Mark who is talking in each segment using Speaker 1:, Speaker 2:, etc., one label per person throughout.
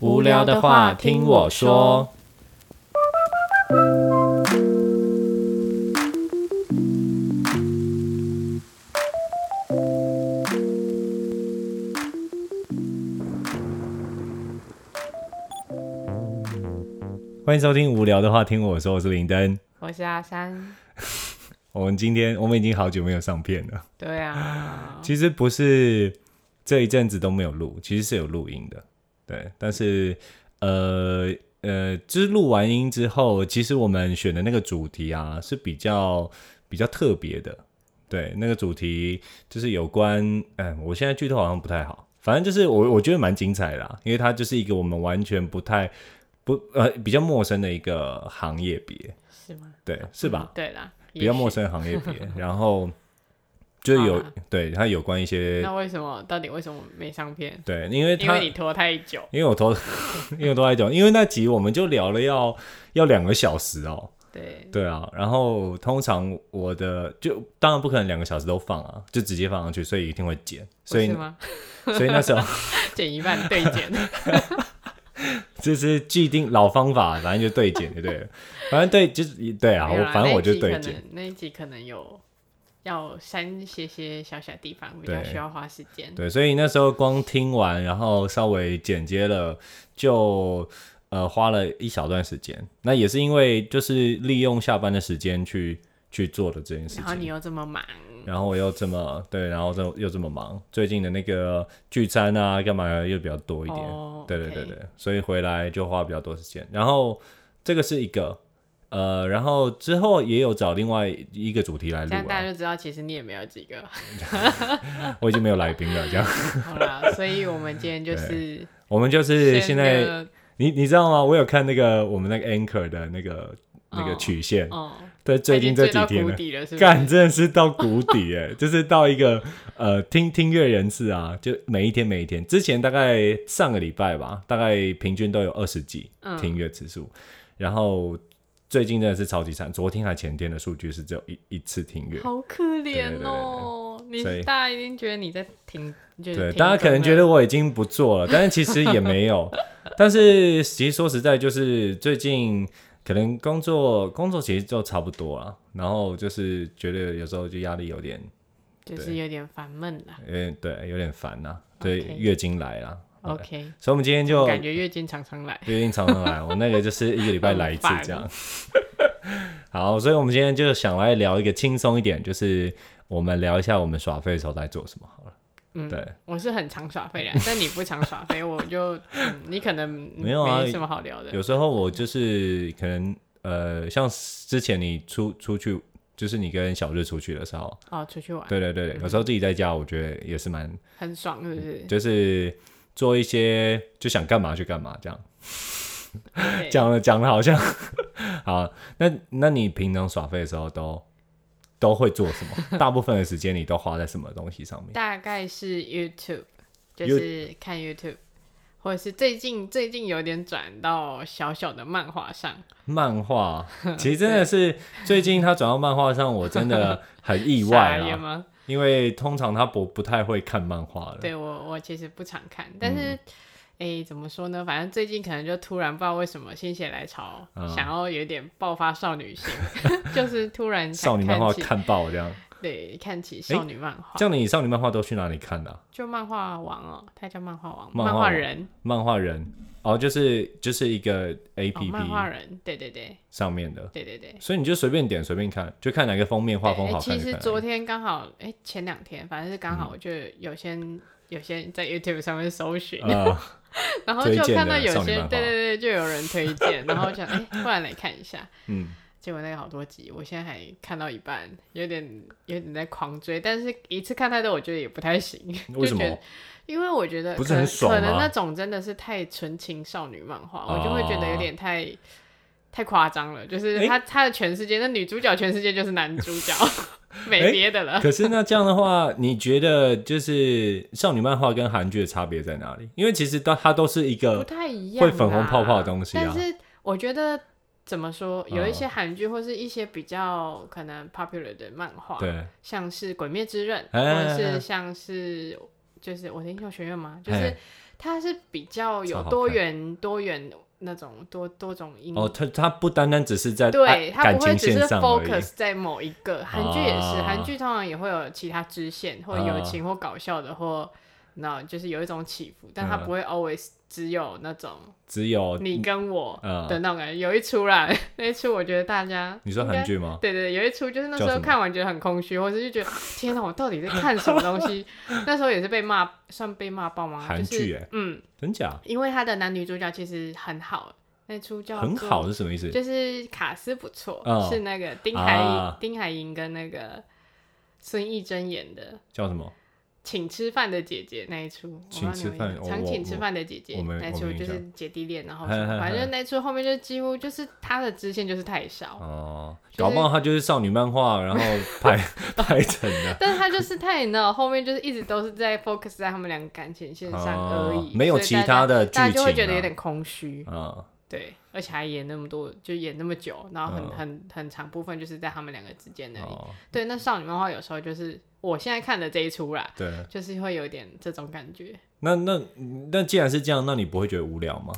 Speaker 1: 无聊的话听我说。
Speaker 2: 欢迎收听《无聊的话听我说》，我是林登。
Speaker 1: 我是阿三，
Speaker 2: 我们今天我们已经好久没有上片了，
Speaker 1: 对啊，
Speaker 2: 其实不是这一阵子都没有录，其实是有录音的，对。但是呃呃，就是录完音之后，其实我们选的那个主题啊是比较比较特别的，对。那个主题就是有关，嗯，我现在剧透好像不太好，反正就是我我觉得蛮精彩的啦，因为它就是一个我们完全不太不呃比较陌生的一个行业别，
Speaker 1: 是吗？
Speaker 2: 对，是吧？
Speaker 1: 嗯？对啦，
Speaker 2: 比较陌
Speaker 1: 生。
Speaker 2: 生的行业 别，然后就有、
Speaker 1: 好啦啊
Speaker 2: 对它有关一些
Speaker 1: 那为什么？到底为什么没上片？
Speaker 2: 对，因为
Speaker 1: 因
Speaker 2: 它
Speaker 1: 为你拖太久。
Speaker 2: 因为我 都因为我都在讲，因为那集我们就聊了要要两个小时哦，
Speaker 1: 对，
Speaker 2: 对啊，然后通常我的就当然不可能两个小时都放啊，就直接放上去，所以一定会剪，
Speaker 1: 不
Speaker 2: 所以
Speaker 1: 哦是吗？
Speaker 2: 所以那时候
Speaker 1: 剪一半对剪，
Speaker 2: 这是既定老方法，反正就对剪就对了，反正对就是对啊，
Speaker 1: 没有
Speaker 2: 我
Speaker 1: 啦
Speaker 2: 反正我就
Speaker 1: 那
Speaker 2: 对
Speaker 1: 一集可
Speaker 2: 剪，
Speaker 1: 能那一集可能有要删些些小小地方，比较
Speaker 2: 对
Speaker 1: 需要花时间。
Speaker 2: 对，所以那时候光听完，然后稍微剪接了，就呃花了一小段时间。那也是因为就是利用下班的时间去去做的这件事
Speaker 1: 然后你
Speaker 2: 情。
Speaker 1: 又这么忙，
Speaker 2: 然后我又这么对，然后又又这么忙，最近的那个聚餐啊，干嘛又比较多一点。
Speaker 1: 哦
Speaker 2: 对对对
Speaker 1: OK
Speaker 2: 对，所以回来就花比较多时间。然后这个是一个。呃，然后之后也有找另外一个主题来
Speaker 1: 这样
Speaker 2: 录
Speaker 1: 大
Speaker 2: 啊，
Speaker 1: 家就知道其实你也没有几 个。
Speaker 2: 我已经没有来宾了，这样
Speaker 1: 好啦，所以我们今天就是
Speaker 2: 我们就是现在
Speaker 1: 先的
Speaker 2: 你你知道吗？我有看那个我们那个 Anchor 的那个那个
Speaker 1: 哦
Speaker 2: 曲线，
Speaker 1: 哦，
Speaker 2: 对，最近这几
Speaker 1: 已经
Speaker 2: 天
Speaker 1: 坠到
Speaker 2: 呢
Speaker 1: 谷，底了，是不是？
Speaker 2: 干真的是到谷底哎，就是到一个呃听听乐人次啊，就每一天每一天，之前大概上个礼拜吧，大概平均都有二十几
Speaker 1: 嗯
Speaker 2: 听乐次数，然后最近真的是超级惨，昨天还前天的数据是只有一一次听乐。
Speaker 1: 好可怜哦！
Speaker 2: 对对对所以
Speaker 1: 你大家一定觉得你在停，就是
Speaker 2: 对，
Speaker 1: 停
Speaker 2: 大家可能
Speaker 1: 更了
Speaker 2: 觉得我已经不做了，但是其实也没 有。但是其实说实在，就是最近可能工作工作其实就差不多了，然后就是觉得有时候就压力有点，
Speaker 1: 就是有点烦闷啦。
Speaker 2: 有点对，有点烦啦，对
Speaker 1: OK
Speaker 2: 月经来啦。
Speaker 1: OK，
Speaker 2: 所以我们今天就
Speaker 1: 感觉月经常常来，
Speaker 2: 月经常常来，我那个就是一个礼拜来一次
Speaker 1: 很烦
Speaker 2: 这样。好，所以我们今天就想来聊一个轻松一点，就是我们聊一下我们耍废的时候在做什么好了。
Speaker 1: 嗯
Speaker 2: 对，
Speaker 1: 我是很常耍废的，但你不常耍废，我就、嗯你可能
Speaker 2: 没有啊
Speaker 1: 没什么好聊的。
Speaker 2: 有时候我就是可能呃，像之前你出出去，就是你跟小日出去的时候，
Speaker 1: 哦，出去玩
Speaker 2: 对对对，有时候自己在家，我觉得也是蛮，
Speaker 1: 很爽，是不是？
Speaker 2: 就是做一些就想干嘛就干嘛这样。
Speaker 1: 对
Speaker 2: 讲了讲了好像， 好，那那你平常耍废的时候都都会做什 么？大部分的时间你都花在什么东西上面？
Speaker 1: 大概是 YouTube，就是看 YouTube，或者是最近最近有点转到小小的漫画上。
Speaker 2: 漫 画，其实真的是最近他转到漫画上，我真的很意外啊
Speaker 1: 傻眼
Speaker 2: 啦，
Speaker 1: 吗？
Speaker 2: 因为通常他不不太会看漫画的。
Speaker 1: 对我，我其实不常看，但是，
Speaker 2: 嗯
Speaker 1: 诶，怎么说呢？反正最近可能就突然不知道为什么心血来潮，
Speaker 2: 嗯
Speaker 1: 想要有点爆发少女心， 就是突然想
Speaker 2: 少女漫画
Speaker 1: 起，
Speaker 2: 看爆这样，
Speaker 1: 对，看起少女漫画，
Speaker 2: 像你少女漫画都去哪里看的啊、
Speaker 1: 就漫画王哦，他叫漫画王，
Speaker 2: 漫
Speaker 1: 漫
Speaker 2: 画
Speaker 1: 画
Speaker 2: 王
Speaker 1: 人
Speaker 2: 漫画人哦，就是就是一个A
Speaker 1: 哦，
Speaker 2: P
Speaker 1: 漫画
Speaker 2: P
Speaker 1: 人，对对对
Speaker 2: 上面的，
Speaker 1: 对对对。
Speaker 2: 所以你就随便点随便看，就看哪个封面画风
Speaker 1: 对诶
Speaker 2: 好看
Speaker 1: 哎
Speaker 2: 就看嗯
Speaker 1: 其实
Speaker 2: 哪个。
Speaker 1: 昨天刚好，哎、前两天反正是刚好，我就有先有先在 YouTube 上面搜寻，
Speaker 2: 呃，
Speaker 1: 然后
Speaker 2: 推
Speaker 1: 就
Speaker 2: 荐
Speaker 1: 看到
Speaker 2: 的
Speaker 1: 有
Speaker 2: 少女
Speaker 1: 些
Speaker 2: 漫画
Speaker 1: 对对对，就有人推荐，然后我想哎、不然来看一下，
Speaker 2: 嗯。
Speaker 1: 结果那个好多集，我现在还看到一半，有点有点在狂追，但是一次看太多，我觉得也不太行。
Speaker 2: 为什
Speaker 1: 就觉
Speaker 2: 么
Speaker 1: 得？ 因为我觉得
Speaker 2: 不是
Speaker 1: 可能
Speaker 2: 很爽
Speaker 1: 可
Speaker 2: 吗
Speaker 1: 能那种真的是太纯情少女漫画，
Speaker 2: 哦
Speaker 1: 我就会觉得有点太。太夸张了，就是
Speaker 2: 诶
Speaker 1: 他他的全世界，那女主角全世界就是男主角， 没
Speaker 2: 诶
Speaker 1: 别的了。
Speaker 2: 可是那这样的话，你觉得就是少女漫画跟韩剧的差别在哪里？因为其实都它都是一
Speaker 1: 不
Speaker 2: 个
Speaker 1: 太一样，
Speaker 2: 会粉红泡泡的东西啊
Speaker 1: 但是我觉得怎么说，有一
Speaker 2: 嗯
Speaker 1: 些韩剧或是一些比较可能 popular 的漫画，
Speaker 2: 对
Speaker 1: 像是《鬼灭之刃》
Speaker 2: 哎
Speaker 1: 或者是像是就是我的英雄学院嘛，就是它是比
Speaker 2: 超
Speaker 1: 较有
Speaker 2: 好看
Speaker 1: 多元多元那种多多种音。
Speaker 2: 哦，它它不单单只是在
Speaker 1: 对，
Speaker 2: 爱
Speaker 1: 它
Speaker 2: 感
Speaker 1: 不会
Speaker 2: 情
Speaker 1: 只是
Speaker 2: 线上而已，
Speaker 1: focus 在某一个，韩剧也是，
Speaker 2: 啊
Speaker 1: 韩剧通常也会有其他支线，或
Speaker 2: 啊
Speaker 1: 友情，或搞笑的，或那就是有一种起伏，但它
Speaker 2: 嗯呃
Speaker 1: 不会 always 只有那种
Speaker 2: 只有
Speaker 1: 你跟我
Speaker 2: 啊
Speaker 1: 的那种感觉。有一出啦， 那一出我觉得大家
Speaker 2: 你说
Speaker 1: 应该
Speaker 2: 韩剧吗？
Speaker 1: 对啊对，有一出就是那时
Speaker 2: 叫什
Speaker 1: 候
Speaker 2: 么
Speaker 1: 看完觉得很空虚，或者就觉得啊天哪，我到底在看什么东 西？那时候也是被骂，算被骂爆吗？
Speaker 2: 韩
Speaker 1: 就是
Speaker 2: 剧哎，
Speaker 1: 嗯，
Speaker 2: 真假？
Speaker 1: 因为他的男女主角其实很好，那出叫
Speaker 2: 很
Speaker 1: 做
Speaker 2: 好，是什么意思？
Speaker 1: 就是卡斯不错，
Speaker 2: 嗯
Speaker 1: 是那个丁海、
Speaker 2: 啊
Speaker 1: 丁海寅跟那个孙艺珍演的《
Speaker 2: 叫什么？
Speaker 1: 请吃饭的姐姐》那一出，我
Speaker 2: 请
Speaker 1: 不知
Speaker 2: 吃
Speaker 1: 道你
Speaker 2: 饭
Speaker 1: 们有没有
Speaker 2: 我
Speaker 1: 常
Speaker 2: 我
Speaker 1: 请吃
Speaker 2: 我
Speaker 1: 饭的姐姐
Speaker 2: 我没
Speaker 1: 那一
Speaker 2: 我
Speaker 1: 出
Speaker 2: 没印
Speaker 1: 就是
Speaker 2: 象
Speaker 1: 姐弟恋，然后
Speaker 2: 嗨
Speaker 1: 什
Speaker 2: 嗨
Speaker 1: 么反
Speaker 2: 嗨
Speaker 1: 正那一出后面就几乎就是她的支线就是太少，
Speaker 2: 哦，
Speaker 1: 就是
Speaker 2: 搞不好它就是少女漫画，然后拍 拍成的。
Speaker 1: 但是他就是太闹，后面就是一直都是在 focus 在他们两个感情线上而
Speaker 2: 哦
Speaker 1: 已，，
Speaker 2: 没有
Speaker 1: 所以
Speaker 2: 其
Speaker 1: 大家
Speaker 2: 他的剧情
Speaker 1: 大
Speaker 2: 啊，
Speaker 1: 家就会觉得有点空虚，
Speaker 2: 啊，
Speaker 1: 对，而且还演那么多，就演那么久，然后很、
Speaker 2: 嗯
Speaker 1: 很很长部分就是在他们两个之间而已。
Speaker 2: 哦，
Speaker 1: 对，那少女漫画有时候就是我现在看的这一出啦，
Speaker 2: 对，
Speaker 1: 就是会有点这种感觉。
Speaker 2: 那那那既然是这样，那你不会觉得无聊吗？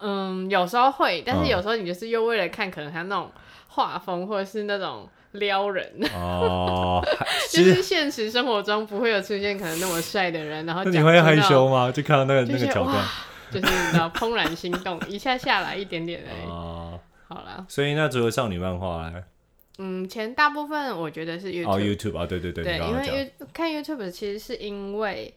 Speaker 1: 嗯，有时候会，但
Speaker 2: 嗯
Speaker 1: 是有时候你就是又为了看可能他那种画风或者是那种撩人，
Speaker 2: 哦， 还
Speaker 1: 就
Speaker 2: 其实
Speaker 1: 是现实生活中不会有出现可能那么帅的人，然后
Speaker 2: 那你
Speaker 1: 讲
Speaker 2: 会
Speaker 1: 出
Speaker 2: 害
Speaker 1: 那种
Speaker 2: 羞吗？就看到那个
Speaker 1: 就
Speaker 2: 那个
Speaker 1: 觉得
Speaker 2: 桥段
Speaker 1: 哇就是你知道怦然心动，一下下来一点点而已。
Speaker 2: 哦，
Speaker 1: 好了，
Speaker 2: 所以那除了少女漫画嘞，
Speaker 1: 嗯，前大部分我觉得是 YouTube，、
Speaker 2: 哦，YouTube 啊，对对对，
Speaker 1: 对，
Speaker 2: 你刚
Speaker 1: 因
Speaker 2: 刚讲，
Speaker 1: 为 You 看 YouTube 其实是因为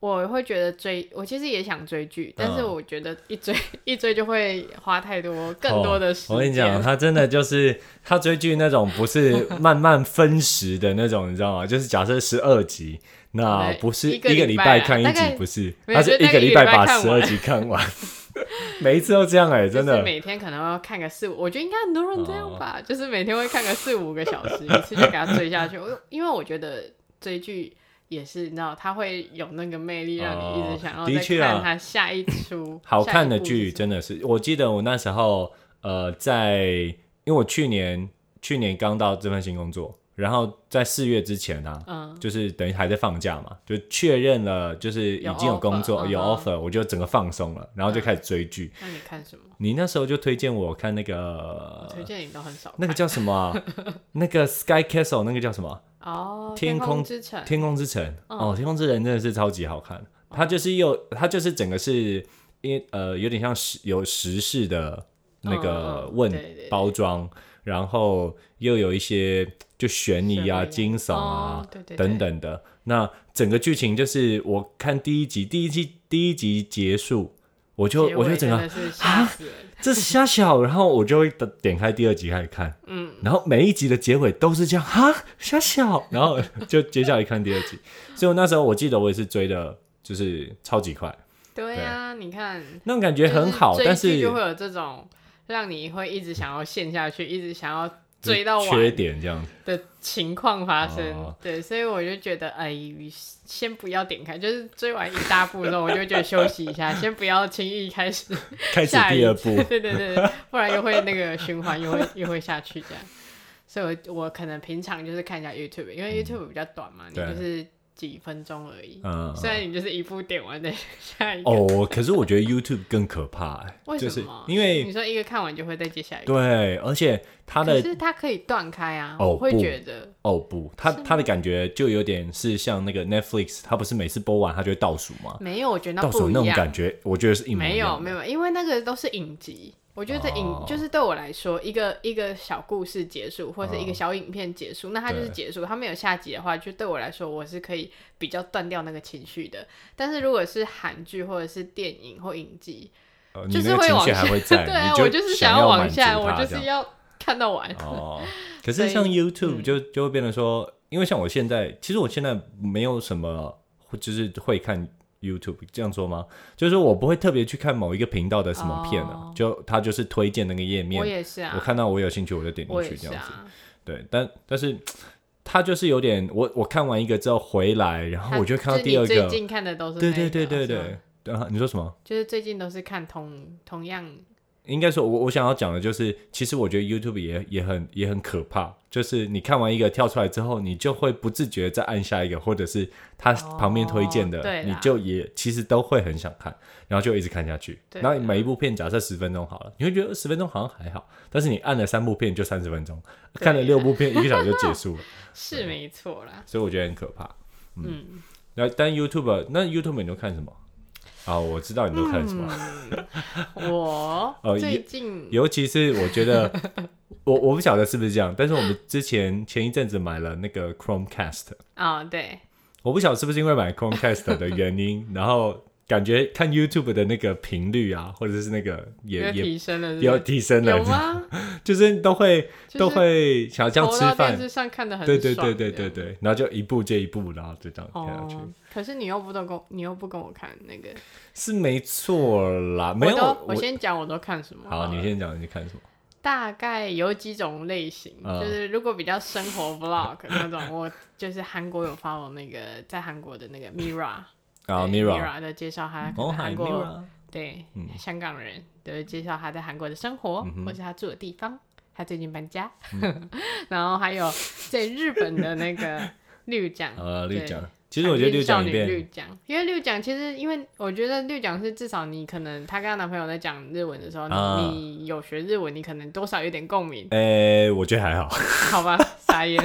Speaker 1: 我会觉得追，我其实也想追剧，但是
Speaker 2: 嗯
Speaker 1: 我觉得一追 一追就会花太多更多的时
Speaker 2: 哦
Speaker 1: 间。
Speaker 2: 我跟你讲，他真的就是他追剧那种不 是慢慢分时的那种，你知道吗？就是假设十二集，那
Speaker 1: 对
Speaker 2: 不是
Speaker 1: 一个
Speaker 2: 个
Speaker 1: 礼
Speaker 2: 礼
Speaker 1: 拜啊
Speaker 2: 看一
Speaker 1: 大
Speaker 2: 集
Speaker 1: 概，
Speaker 2: 不是，
Speaker 1: 没有
Speaker 2: 他是
Speaker 1: 就
Speaker 2: 一
Speaker 1: 大
Speaker 2: 个
Speaker 1: 概一
Speaker 2: 礼
Speaker 1: 个
Speaker 2: 拜
Speaker 1: 礼拜
Speaker 2: 把
Speaker 1: 看
Speaker 2: 十
Speaker 1: 完
Speaker 2: 二集看完， 每一次都这样哎，真
Speaker 1: 就
Speaker 2: 的哦
Speaker 1: 是。每天可能要看个四五，我觉得应该很多人这样吧，就是每天会看个四五个小 时，一次就给他追下去。我因为我觉得追剧也是，你知道，它会有那个魅力，让你一直想
Speaker 2: 哦
Speaker 1: 要
Speaker 2: 的确
Speaker 1: 再
Speaker 2: 啊
Speaker 1: 看它下一出
Speaker 2: 好看的
Speaker 1: 下一部
Speaker 2: 剧
Speaker 1: 是什么
Speaker 2: 真的是，我记得我那时候呃，在因为我去年去年刚到这份新工作，然后在四月之前啊，
Speaker 1: 嗯，
Speaker 2: 就是等于还在放假嘛，就确认了，就是已经有工作有
Speaker 1: 有 offer，
Speaker 2: offer，我就整个放松了，然后就开始追剧。
Speaker 1: 那你看什么？
Speaker 2: 你那时候就推荐我看那
Speaker 1: 我
Speaker 2: 个
Speaker 1: 推荐你都很少看
Speaker 2: 呃那个叫什么啊？那个 Sky Castle 那个叫什么啊？
Speaker 1: 哦，
Speaker 2: 天空
Speaker 1: 空之城
Speaker 2: 《天空之城》
Speaker 1: 嗯
Speaker 2: 哦，《天空之城》真的是超级好看，
Speaker 1: 哦
Speaker 2: 它就是又它就是整个是因为呃有点像时有时事的那个
Speaker 1: 嗯嗯
Speaker 2: 问
Speaker 1: 对对对
Speaker 2: 包装，然后又有一些就悬疑啊、
Speaker 1: 悬疑
Speaker 2: 惊悚啊
Speaker 1: 哦、对对对
Speaker 2: 等等的。那整个剧情就是我看第一集，第一季第一集结束，我就
Speaker 1: 结
Speaker 2: 我就
Speaker 1: 尾
Speaker 2: 整
Speaker 1: 真
Speaker 2: 个啊
Speaker 1: 的是吓死人，
Speaker 2: 这是瞎小，然后我就会点点开第二集开始看，嗯，然后每一集的结尾都是这样哈瞎小，然后就接下来看第二集，所以我那时候我记得我也是追的，就是超级快，
Speaker 1: 对呀，你看
Speaker 2: 那种感觉很好，
Speaker 1: 就是
Speaker 2: 但
Speaker 1: 嗯追剧
Speaker 2: 是
Speaker 1: 就会有这种让你会一直想要陷下去，一直想要追到
Speaker 2: 缺
Speaker 1: 完
Speaker 2: 点这样子，
Speaker 1: 的情况发生。
Speaker 2: 哦
Speaker 1: 对，所以我就觉得，哎，先不要点开，就是追完一大部之后，我就觉得休息 一下，先不要轻易开始
Speaker 2: 开始
Speaker 1: 下一
Speaker 2: 第二
Speaker 1: 集
Speaker 2: 部
Speaker 1: 对对对，对不然又会那个循环，又会又会下去这样。所以我我可能平常就是看一下 YouTube，因
Speaker 2: 嗯
Speaker 1: 为 YouTube 比较短嘛，你
Speaker 2: 对
Speaker 1: 就是几分钟而已。
Speaker 2: 嗯，
Speaker 1: 虽然你就是一部点完再下一个，
Speaker 2: 哦，可是我觉得 YouTube 更可怕、欸，
Speaker 1: 为什
Speaker 2: 就
Speaker 1: 么？
Speaker 2: 是因为
Speaker 1: 你说一个看完就会再接下一个，
Speaker 2: 对，而且它
Speaker 1: 可
Speaker 2: 的
Speaker 1: 是它可以断开啊，
Speaker 2: 哦
Speaker 1: 我会
Speaker 2: 不
Speaker 1: 觉得
Speaker 2: 哦不，它它的感觉就有点是像那个 Netflix，它不是每次播完它就会倒数吗？
Speaker 1: 没有，我觉得
Speaker 2: 倒
Speaker 1: 那
Speaker 2: 数
Speaker 1: 嗯不一
Speaker 2: 那种
Speaker 1: 样，
Speaker 2: 感觉，我觉得是一模一
Speaker 1: 没
Speaker 2: 样
Speaker 1: 有
Speaker 2: 的。
Speaker 1: 没有，因为那个都是影集。我觉得影、
Speaker 2: 哦
Speaker 1: 就是对我来说，一个一个小故事结束，或者是一
Speaker 2: 哦
Speaker 1: 个小影片结束，那它就是
Speaker 2: 对
Speaker 1: 结束。它没有下集的话，就对我来说，我是可以比较断掉那个情绪的。但是如果是韩剧或者是电影或影集，
Speaker 2: 哦
Speaker 1: 就
Speaker 2: 你
Speaker 1: 是
Speaker 2: 那个
Speaker 1: 会
Speaker 2: 情
Speaker 1: 往
Speaker 2: 绪
Speaker 1: 下，
Speaker 2: 还会 在，
Speaker 1: 对啊，
Speaker 2: 你
Speaker 1: 我
Speaker 2: 就
Speaker 1: 就是
Speaker 2: 想
Speaker 1: 要
Speaker 2: 满
Speaker 1: 往
Speaker 2: 足
Speaker 1: 下，我
Speaker 2: 它
Speaker 1: 就
Speaker 2: 这样
Speaker 1: 是要看到完。
Speaker 2: 哦。可是像
Speaker 1: 所
Speaker 2: YouTube
Speaker 1: 嗯
Speaker 2: 就就会变成说，因为像我现在，其实我现在没有什么，就是会看 YouTube 这样说吗？就是我不会特别去看某一个频道的什么片啊，
Speaker 1: 哦
Speaker 2: 就它就是推荐那个页面，
Speaker 1: 我也是啊，
Speaker 2: 我看到我有兴趣我就点进
Speaker 1: 我也
Speaker 2: 去
Speaker 1: 是
Speaker 2: 这样子。
Speaker 1: 啊，
Speaker 2: 对，但但是它就是有点，我我看完一个之后回来，然后
Speaker 1: 它
Speaker 2: 哦我 就看到
Speaker 1: 是
Speaker 2: 第
Speaker 1: 你
Speaker 2: 二
Speaker 1: 最
Speaker 2: 个，
Speaker 1: 近看的都是
Speaker 2: 对
Speaker 1: 那
Speaker 2: 对
Speaker 1: 一
Speaker 2: 对
Speaker 1: 个
Speaker 2: 对
Speaker 1: 是吗
Speaker 2: 对。啊，你说什么？
Speaker 1: 就是最近都是看同同样
Speaker 2: 应该说我，我想要讲的就是，其实我觉得 YouTube 也也很也很可怕，就是你看完一个跳出来之后，你就会不自觉再按下一个，或者是它
Speaker 1: 哦
Speaker 2: 旁边推荐的，
Speaker 1: 对啦
Speaker 2: 你就也其实都会很想看，然后就一直看下去。
Speaker 1: 对
Speaker 2: 然后每一部片假设十分钟好了，你会觉得十分钟好像还好，但是你按了三部片就三十分钟，
Speaker 1: 对
Speaker 2: 看了六部片一个小时就结 束了，
Speaker 1: 是没错啦。
Speaker 2: 所以我觉得很可怕。
Speaker 1: 嗯，
Speaker 2: 那但 YouTube 那 YouTube 你都看什么？啊，我知道你都看什么。
Speaker 1: 我
Speaker 2: 哦也
Speaker 1: 最近
Speaker 2: 尤其是我觉得，我我不晓得是不是这样，但是我们之前前一阵子买了那个 Chromecast，
Speaker 1: 啊，对，
Speaker 2: 我不晓得是不是因为买 Chromecast 的原因，然后感觉看 YouTube 的那个频率啊，或者是那个也
Speaker 1: 因为
Speaker 2: 也
Speaker 1: 提升了是不是，
Speaker 2: 有提升了
Speaker 1: 有，吗？
Speaker 2: 就是都会、
Speaker 1: 就是
Speaker 2: 都会想要这样
Speaker 1: 投
Speaker 2: 吃
Speaker 1: 到电
Speaker 2: 饭，
Speaker 1: 视上看的很
Speaker 2: 对
Speaker 1: 爽，
Speaker 2: 对对对对
Speaker 1: 这样。
Speaker 2: 对，然后就一步接一步，然后就这样看下去，
Speaker 1: 哦，可是你又不都跟我，你又不跟我看那个，
Speaker 2: 是没错啦，没有
Speaker 1: 我都
Speaker 2: 我
Speaker 1: 我先讲我都看什么了。
Speaker 2: 好，你先讲你看什么？
Speaker 1: 大概有几种类型，
Speaker 2: 嗯
Speaker 1: 就是如果比较生活 vlog 那种，我就是韩国有 follow 那个在韩国的 那个 Mira
Speaker 2: 啊
Speaker 1: 对
Speaker 2: ，Mira，
Speaker 1: 的介绍他可
Speaker 2: 哦
Speaker 1: 能
Speaker 2: 嗨
Speaker 1: 韩国、
Speaker 2: ，Mira，
Speaker 1: 对、
Speaker 2: 嗯
Speaker 1: 香港人的介绍他在韩国的生活、
Speaker 2: 嗯哼嗯
Speaker 1: 或是他住的地方，他最近搬家， 然后还有在日本的 那个绿酱，
Speaker 2: 呃，
Speaker 1: 对
Speaker 2: 绿奖，其实我觉得绿
Speaker 1: 少
Speaker 2: 奖
Speaker 1: 女
Speaker 2: 里面。
Speaker 1: 绿奖，因为绿奖其实，因为我觉得绿奖是至少你可能她跟她男朋友在讲日文的时候，你
Speaker 2: 啊，
Speaker 1: 你有学日文，你可能多少有点共鸣
Speaker 2: 诶、哎我觉得还好，
Speaker 1: 好吧？傻 眼。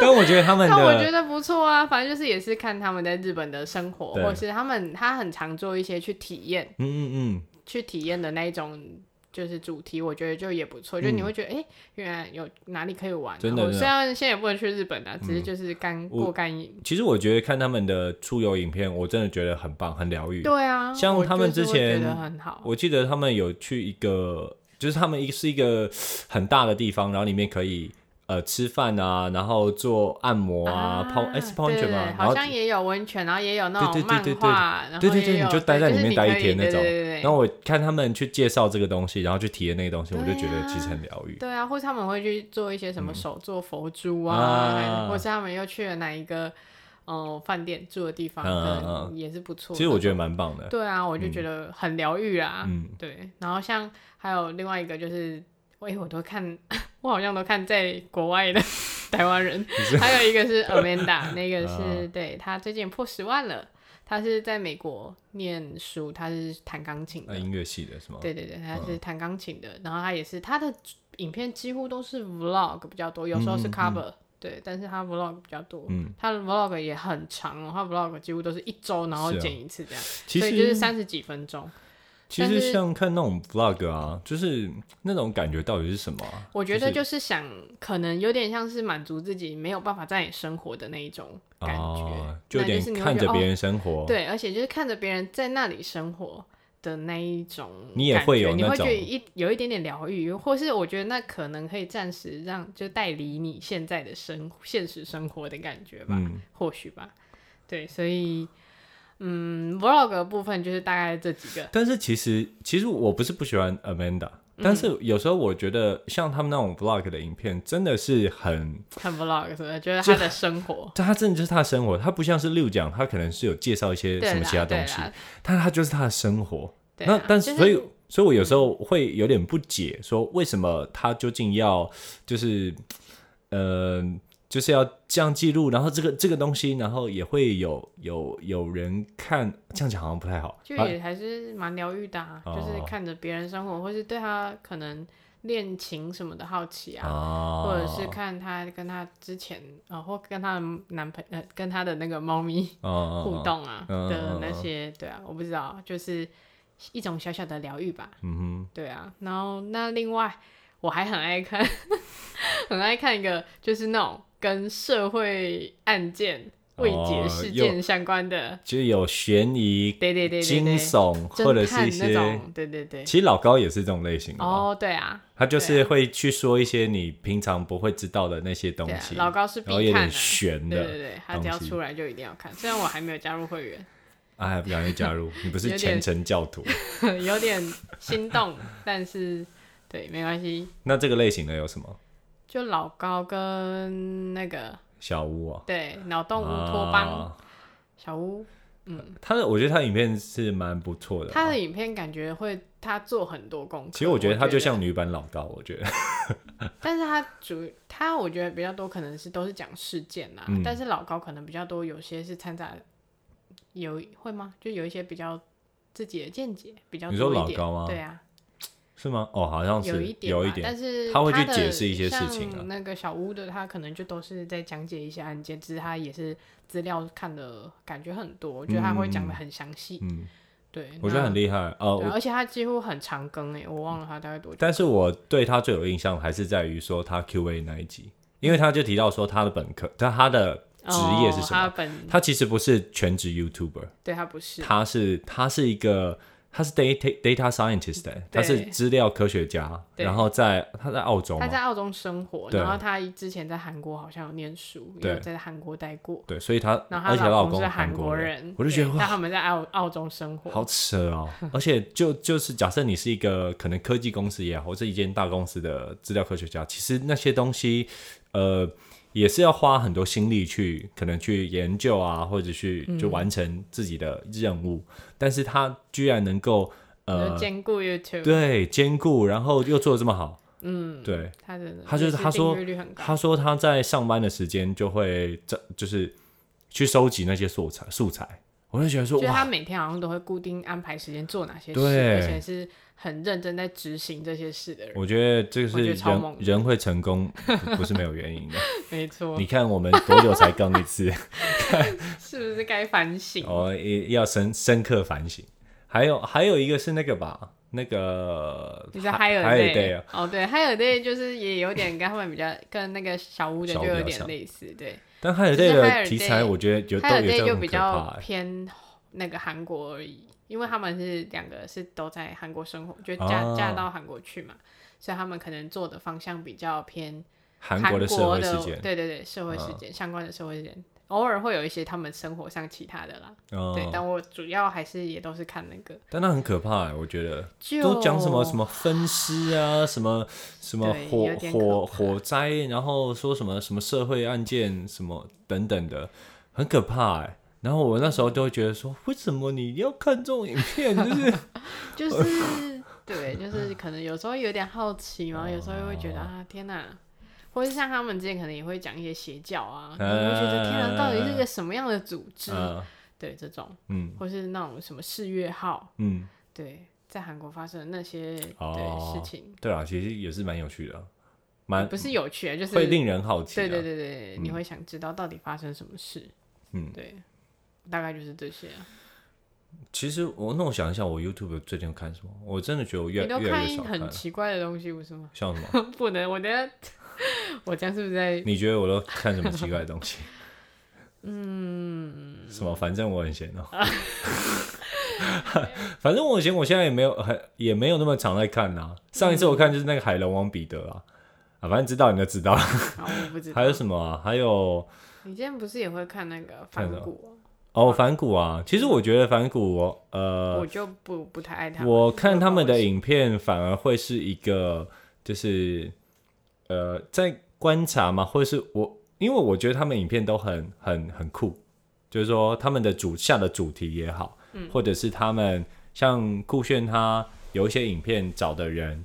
Speaker 2: 但我觉得他们
Speaker 1: 但我觉
Speaker 2: 的
Speaker 1: 得不错啊，反正就是也是看他们在日本的生活，
Speaker 2: 对
Speaker 1: 或是他们他很常做一些去体验、
Speaker 2: 嗯嗯嗯，
Speaker 1: 去体验的那一种。就是主题，我觉得就也不错，就你会觉得，哎、原来有哪里可以玩、啊。
Speaker 2: 嗯真的
Speaker 1: 我
Speaker 2: 真的
Speaker 1: 虽然现在也不能去日本啊，只是就是干过干瘾。
Speaker 2: 其实我嗯觉得看他们的出游影片，我真的觉得很棒，很疗愈。
Speaker 1: 对啊，
Speaker 2: 像
Speaker 1: 我
Speaker 2: 他们
Speaker 1: 就是
Speaker 2: 之
Speaker 1: 会
Speaker 2: 前
Speaker 1: 觉得很好。
Speaker 2: 我记得他们有去一个，就是他们一是一个很大的地方，然后里面可以呃吃饭啊，然后做按摩啊，泡哎是泡温泉
Speaker 1: 对对
Speaker 2: 吗
Speaker 1: 对？
Speaker 2: 然后
Speaker 1: 好像也有温泉，然后也有那
Speaker 2: 对
Speaker 1: 种
Speaker 2: 对
Speaker 1: 漫
Speaker 2: 对对
Speaker 1: 画，然后
Speaker 2: 对对
Speaker 1: 也
Speaker 2: 对，
Speaker 1: 有
Speaker 2: 你就待在里
Speaker 1: 是
Speaker 2: 面
Speaker 1: 你
Speaker 2: 待
Speaker 1: 可
Speaker 2: 一
Speaker 1: 以
Speaker 2: 天那种。
Speaker 1: 对对对对
Speaker 2: 然后我看他们去介绍这个东西，然后去体验那个东西，
Speaker 1: 对
Speaker 2: 我就觉得
Speaker 1: 啊
Speaker 2: 其实很疗愈。
Speaker 1: 对啊，或是他们会去做一些什么手做佛珠
Speaker 2: 嗯啊
Speaker 1: 啊，或是他们又去了哪一个嗯饭店住的地方，
Speaker 2: 嗯嗯
Speaker 1: 可能
Speaker 2: 嗯
Speaker 1: 也是不错。
Speaker 2: 其实我觉得嗯蛮棒的。
Speaker 1: 对啊，我就觉得很疗愈啊。
Speaker 2: 嗯，
Speaker 1: 对，然后像还有另外一个就是，我、欸、我都看， 我好像都看在国外的 台湾人，还有一个是 Amanda，那
Speaker 2: 啊
Speaker 1: 个是、对他最近破十万了，他是在美国念书，他是弹钢琴的，
Speaker 2: 那音乐系的是吗？
Speaker 1: 对对对，他是弹钢琴的，然后他也是他的影片几乎都是 vlog 比较多，有时候是
Speaker 2: 嗯嗯嗯
Speaker 1: cover，、对，但是他 vlog 比较多，
Speaker 2: 嗯
Speaker 1: 他的 vlog 也很长、哦，他 vlog 几乎都是一周然后
Speaker 2: 是啊
Speaker 1: 剪一次这样，
Speaker 2: 其
Speaker 1: 所
Speaker 2: 实
Speaker 1: 以就是三十几分钟。
Speaker 2: 其
Speaker 1: 但
Speaker 2: 实
Speaker 1: 是
Speaker 2: 像看那种 vlog 啊，就是那种感觉到底是什么、啊？
Speaker 1: 我觉得
Speaker 2: 就
Speaker 1: 就是想，可能有点像是满足自己没有办法在你生活的那一种
Speaker 2: 是
Speaker 1: 感觉
Speaker 2: 哦，，就有
Speaker 1: 那就是
Speaker 2: 点
Speaker 1: 你会
Speaker 2: 看
Speaker 1: 觉
Speaker 2: 着
Speaker 1: 得
Speaker 2: 别、
Speaker 1: 哦
Speaker 2: 人生活，
Speaker 1: 对，而且就是看着别人在那里生活的那一种感觉，
Speaker 2: 你也会有
Speaker 1: 你
Speaker 2: 那
Speaker 1: 会觉
Speaker 2: 种
Speaker 1: 得一有一点点疗愈，或是我觉得那可能可以暂时让就带离你现在的生现实生活的感觉吧，
Speaker 2: 嗯
Speaker 1: 或许吧，对，所以嗯，vlog 的部分就是大概这几个，
Speaker 2: 但是其实其实我不是不喜欢 Amanda，、但
Speaker 1: 嗯
Speaker 2: 是有时候我觉得像他们那种 vlog 的影片，真的是很，
Speaker 1: 看 vlog 什么的，就是
Speaker 2: 就
Speaker 1: 他的生活。
Speaker 2: 他真的就是他的生活，他不像是六讲，他可能是有介绍一些
Speaker 1: 对
Speaker 2: 什么
Speaker 1: 啦
Speaker 2: 其他
Speaker 1: 对
Speaker 2: 东西，
Speaker 1: 啦
Speaker 2: 但他就是他的生活。
Speaker 1: 对
Speaker 2: 那
Speaker 1: 啦
Speaker 2: 但
Speaker 1: 就是
Speaker 2: 所以所以我有时候会有点不解，说为什么他究竟要就是呃，就是要这样记录，然后这个这个东西，然后也会有有有人看，这样讲好像不太好。
Speaker 1: 就
Speaker 2: 啊
Speaker 1: 也还是蛮疗愈的、啊，
Speaker 2: 哦
Speaker 1: 就是看着别人生活，或是对他可能恋情什么的好奇啊，
Speaker 2: 啊，
Speaker 1: 或者是看他跟他之前啊、呃或跟他的男朋呃，跟他的那个猫咪
Speaker 2: 啊
Speaker 1: 互，动啊、
Speaker 2: 嗯嗯
Speaker 1: 的
Speaker 2: 嗯
Speaker 1: 那
Speaker 2: 嗯
Speaker 1: 些，对啊，我不知道，就是一种小小的疗愈吧，
Speaker 2: 嗯
Speaker 1: 对啊。然后那另外我还很爱看， 很爱看一个就是那种跟社会案件未解
Speaker 2: 哦
Speaker 1: 事
Speaker 2: 又
Speaker 1: 件相关的
Speaker 2: 哼，，就是有悬疑、
Speaker 1: 对对对对
Speaker 2: 惊
Speaker 1: 对。
Speaker 2: 悚或者是
Speaker 1: 侦探
Speaker 2: 一
Speaker 1: 那
Speaker 2: 些。
Speaker 1: 种，对对对。
Speaker 2: 其实老高也是这种类型的嘛，
Speaker 1: 哦，对啊，
Speaker 2: 他就是会去说一些你平常不会知道的那些东
Speaker 1: 对啊
Speaker 2: 西，，
Speaker 1: 老高是
Speaker 2: 然后有
Speaker 1: 必看
Speaker 2: 点
Speaker 1: 的。
Speaker 2: 悬
Speaker 1: 对
Speaker 2: 的，
Speaker 1: 对对，他只要
Speaker 2: 东西
Speaker 1: 出来就一定要看。虽然我还没有加入会员，
Speaker 2: 啊，还不赶紧加入？你不是
Speaker 1: 有
Speaker 2: 虔
Speaker 1: 点
Speaker 2: 诚教徒？
Speaker 1: 有点心动，但是对，没关系。
Speaker 2: 那这个类型的有什么？
Speaker 1: 就老高跟那个
Speaker 2: 小屋啊，
Speaker 1: 对脑洞乌托邦、
Speaker 2: 啊
Speaker 1: 小屋，嗯，
Speaker 2: 他的我觉得他的影片是蛮不错的啊。
Speaker 1: 他的影片感觉会他做很多功课。
Speaker 2: 其实我觉得他就像
Speaker 1: 你，
Speaker 2: 女版老高，我觉得
Speaker 1: 但是他主他我觉得比较多可能是都是讲事件啦，
Speaker 2: 嗯
Speaker 1: 但是老高可能比较多，有些是掺杂有会吗？就有一些比较自己的见解比较
Speaker 2: 你说
Speaker 1: 多一
Speaker 2: 老
Speaker 1: 点
Speaker 2: 高吗
Speaker 1: 对啊，
Speaker 2: 是吗？哦，好像是
Speaker 1: 有一点吧，
Speaker 2: 有一点，
Speaker 1: 但是
Speaker 2: 他会去
Speaker 1: 的
Speaker 2: 解释一些事情啊
Speaker 1: 像那个小屋的他可能就都是在讲解一些案件，只是他也是资料看的感觉很多，我觉得他会讲的很详细。
Speaker 2: 嗯，
Speaker 1: 对，
Speaker 2: 我觉得很
Speaker 1: 那
Speaker 2: 厉害哦。
Speaker 1: 对啊
Speaker 2: 我
Speaker 1: 而且他几乎很长更诶，我忘了他大概多久。
Speaker 2: 但是我对他最有印象还是在于说他 Q&A 那一集，因为他就提到说他的本科，他他的职业是什
Speaker 1: 哦
Speaker 2: 么？
Speaker 1: 他本
Speaker 2: 他其实不是全职 YouTuber，
Speaker 1: 对他不是，
Speaker 2: 他是他是一个他是 data data scientist，欸他是资料科学家，
Speaker 1: 对
Speaker 2: 然后在他在澳洲
Speaker 1: 他
Speaker 2: 嘛，
Speaker 1: 在澳洲生活，
Speaker 2: 对
Speaker 1: 然后他之前在韩国好像有念书，也
Speaker 2: 对
Speaker 1: 有在韩国待过，
Speaker 2: 对，所以他
Speaker 1: 然后
Speaker 2: 而且她
Speaker 1: 老
Speaker 2: 公
Speaker 1: 是
Speaker 2: 韩
Speaker 1: 韩
Speaker 2: 国
Speaker 1: 人，
Speaker 2: 我就觉得
Speaker 1: 对
Speaker 2: 哇，
Speaker 1: 但他们在澳澳洲生活，
Speaker 2: 好扯哦，而且就就是假设你是一个可能科技公司也好，或是一间大公司的资料科学家，其实那些东西，呃。也是要花很多心力去，可能去研究啊，或者去
Speaker 1: 嗯
Speaker 2: 就完成自己的任务。但是他居然能够呃
Speaker 1: 就兼顾 YouTube，
Speaker 2: 对，兼顾，然后又做的这么好，
Speaker 1: 嗯，
Speaker 2: 对。
Speaker 1: 他真的，
Speaker 2: 他就是
Speaker 1: 也是
Speaker 2: 他说
Speaker 1: 订阅率很高，
Speaker 2: 他说他在上班的时间就会这就是去收集那些素材素材，我就觉得说
Speaker 1: 就是他
Speaker 2: 哇，
Speaker 1: 每天好像都会固定安排时间做哪些事，
Speaker 2: 对
Speaker 1: 而且是很认真在执行这些事的人，
Speaker 2: 我觉得这个
Speaker 1: 我觉
Speaker 2: 是
Speaker 1: 得超
Speaker 2: 人
Speaker 1: 猛的
Speaker 2: 人会成功不不是没有原 因的。
Speaker 1: 没错
Speaker 2: 你，看我们多久才更一次，
Speaker 1: 是不是该反省？
Speaker 2: 哦，也要深深刻反省。还有还有一个是那个吧，那个
Speaker 1: 你是 h
Speaker 2: 海
Speaker 1: i
Speaker 2: 海
Speaker 1: r
Speaker 2: 尔
Speaker 1: day
Speaker 2: 啊，
Speaker 1: 哦，对 h i r day 就是也有点跟他们比较，跟那个小屋的
Speaker 2: 小
Speaker 1: 就
Speaker 2: 屋比
Speaker 1: 有
Speaker 2: 较
Speaker 1: 点
Speaker 2: 像
Speaker 1: 类似，对
Speaker 2: 但海尔
Speaker 1: 就是
Speaker 2: day
Speaker 1: 海
Speaker 2: 的
Speaker 1: 尔
Speaker 2: 题
Speaker 1: day-
Speaker 2: 材我觉得有都
Speaker 1: h i r
Speaker 2: 有
Speaker 1: day
Speaker 2: 些
Speaker 1: 就
Speaker 2: 很
Speaker 1: 比
Speaker 2: 可
Speaker 1: 较
Speaker 2: 怕、欸。
Speaker 1: 偏那个韩国而已，因为他们是两个是都在韩国生活，就嫁、嫁
Speaker 2: 啊
Speaker 1: 到韩国去嘛，所以他们可能做的方向比较偏
Speaker 2: 韩国的社会事件，嗯
Speaker 1: 对对对，社会事件、相关的社会事件，偶尔会有一些他们生活上其他的啦。对，
Speaker 2: 嗯，
Speaker 1: 但我主要还是也都是看那个，
Speaker 2: 但那很可怕、欸，我觉得。
Speaker 1: 就
Speaker 2: 都讲什么什么分尸啊，什么什么
Speaker 1: 对
Speaker 2: 火
Speaker 1: 有点
Speaker 2: 火
Speaker 1: 可怕
Speaker 2: 火灾，然后说什么什么社会案件什么等等的，很可怕哎、然后我那时候就会觉得说，为什么你要看这种影片？ 就是
Speaker 1: 就是对，就是可能有时候有点好奇
Speaker 2: 哦
Speaker 1: 嘛，有时候会觉得啊，天哪、或是像他们之前可能也会讲一些邪教啊，你会觉得天哪，到底是个什么样的组织？
Speaker 2: 嗯
Speaker 1: 对，这种
Speaker 2: 嗯
Speaker 1: 或是那种什么世越号，
Speaker 2: 嗯，
Speaker 1: 对，在韩国发生的那些、
Speaker 2: 哦
Speaker 1: 对事情，
Speaker 2: 对啊，其实也是蛮有趣的，啊蛮
Speaker 1: 不是有趣啊，就
Speaker 2: 嗯
Speaker 1: 是
Speaker 2: 会令人好奇的。
Speaker 1: 对对对对，你会想知道到底发生什么事。
Speaker 2: 嗯
Speaker 1: 对，大概就是这些啊。
Speaker 2: 其实我那我想一下，我 YouTube 最近有看什么？我真的觉得我越越
Speaker 1: 你都
Speaker 2: 来
Speaker 1: 看
Speaker 2: 越
Speaker 1: 一
Speaker 2: 少看
Speaker 1: 很
Speaker 2: 了，
Speaker 1: 奇怪的东西，不是吗？
Speaker 2: 像什么？
Speaker 1: 不能，我等下 我这样是不是在？
Speaker 2: 你觉得我都看什么奇怪的东西？嗯，什么？反正我很闲哦。 反正我很闲，我现在也没有很也没有那么常在看啦、上一次我看就是那个海龙王彼得啊，啊，反正知道你就知道。
Speaker 1: 好，啊我不知道
Speaker 2: 还。有什么啊？还有
Speaker 1: 你之前不是也会看那个
Speaker 2: 看
Speaker 1: 反
Speaker 2: 什么
Speaker 1: 骨
Speaker 2: 哦，反骨啊。其实我觉得反骨我，
Speaker 1: 啊？我
Speaker 2: 呃，
Speaker 1: 就不不太爱他们。
Speaker 2: 我看他们的影片反而会是一个，就是呃，在观察嘛，或者是我，因为我觉得他们影片都很很很酷，就是说他们的主下的主题也好，或者是他们像酷炫他有一些影片找的人，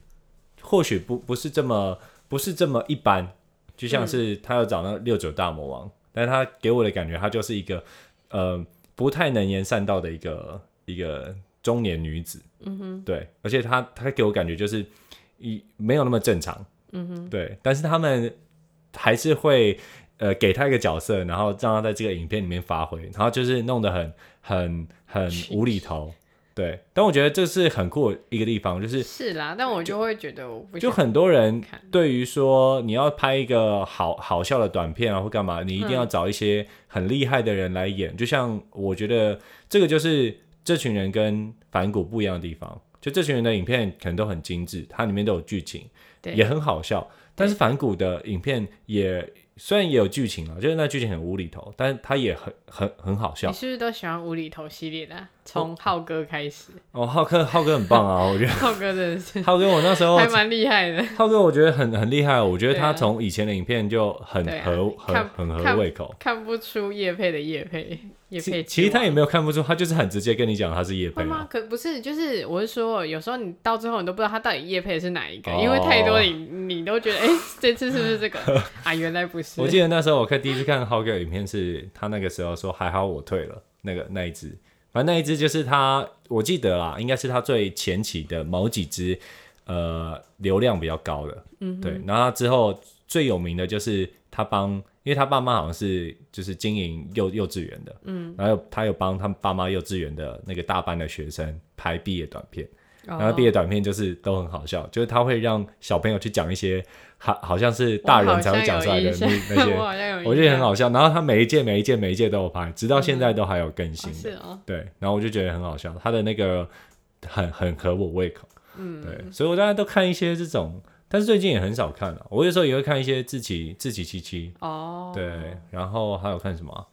Speaker 2: 或许不不是这么不是这么一般，就像是他要找那个六九大魔王，但是他给我的感觉，他就是一个呃不太能言善道的一个一个中年女子，嗯哼，对，而且她她给我感觉就是一没有那么正常，嗯哼，对，但是他们还是会呃给她一个角色，然后让她在这个影片里面发挥，然后就是弄得很很很无厘头，对，但我觉得这是很酷的一个地方，就是
Speaker 1: 是啦，但我就会觉得我不
Speaker 2: 就
Speaker 1: 想
Speaker 2: 很多人
Speaker 1: 看
Speaker 2: 对于说你要拍一个好好笑的短片啊或干嘛，你一定要找一些很厉害的人来演。就像我觉得这个就是这群人跟反骨不一样的地方，就这群人的影片可能都很精致，它里面都有剧情，
Speaker 1: 对
Speaker 2: 也很好笑。但是反骨的影片也虽然也有剧情啊，就是那剧情很无厘头，但是它也很 很很好
Speaker 1: 你
Speaker 2: 笑。
Speaker 1: 是不是都喜欢无厘头系列的啊、从浩哥 开始，
Speaker 2: 哦，浩哥浩哥很棒啊，我觉 得
Speaker 1: 浩哥真的是
Speaker 2: 浩哥我那时候
Speaker 1: 还蛮厉害的，
Speaker 2: 浩哥我觉得很很厉害，我觉得
Speaker 1: 对
Speaker 2: 他
Speaker 1: 啊
Speaker 2: 从以前的影片就很
Speaker 1: 对啊
Speaker 2: 合
Speaker 1: 看
Speaker 2: 很很合
Speaker 1: 看
Speaker 2: 胃口。
Speaker 1: 看不出叶配的叶配，叶
Speaker 2: 其
Speaker 1: 配
Speaker 2: 其实
Speaker 1: 之王
Speaker 2: 他也没有看不出，他就是很直接跟你讲他是叶佩
Speaker 1: 会吗
Speaker 2: 嘛。？
Speaker 1: 可不是，就是我是说，有时候你到最后你都不知道他到底叶配的是哪一个，
Speaker 2: 哦
Speaker 1: 因为太多你你都觉得，哎、这次是不是 这个啊？原来不是
Speaker 2: 我。记得那时候我看第一次看浩哥的影片是，他那个时候说还好我退了那个那一只，反正那一只就是他，我记得啦，应该是他最前期的某几只，呃，流量比较高的，嗯，对。然后他之后最有名的就是他帮，因为他爸妈好像是就是经营幼幼稚园的，嗯，然后有他有帮他们爸妈幼稚园的那个大班的学生拍毕业短片。
Speaker 1: 哦
Speaker 2: 然后毕业短片就是都很好笑，就是他会让小朋友去讲一些好好像是大人才会讲出来的那那
Speaker 1: 我
Speaker 2: 些，
Speaker 1: 好像有印象，
Speaker 2: 我觉得很好笑。然后他每一届每一届每一届都有拍，直到现在都还有更
Speaker 1: 哦
Speaker 2: 新
Speaker 1: 是
Speaker 2: 的。
Speaker 1: 哦，
Speaker 2: 对，然后我就觉得很好笑，他的那个很很合我胃口。嗯，对，所以我大家都看一些这种，但是最近也很少看了、我有时候也会看一些自己自己七七，
Speaker 1: 哦，
Speaker 2: 对，然后还有看什么啊、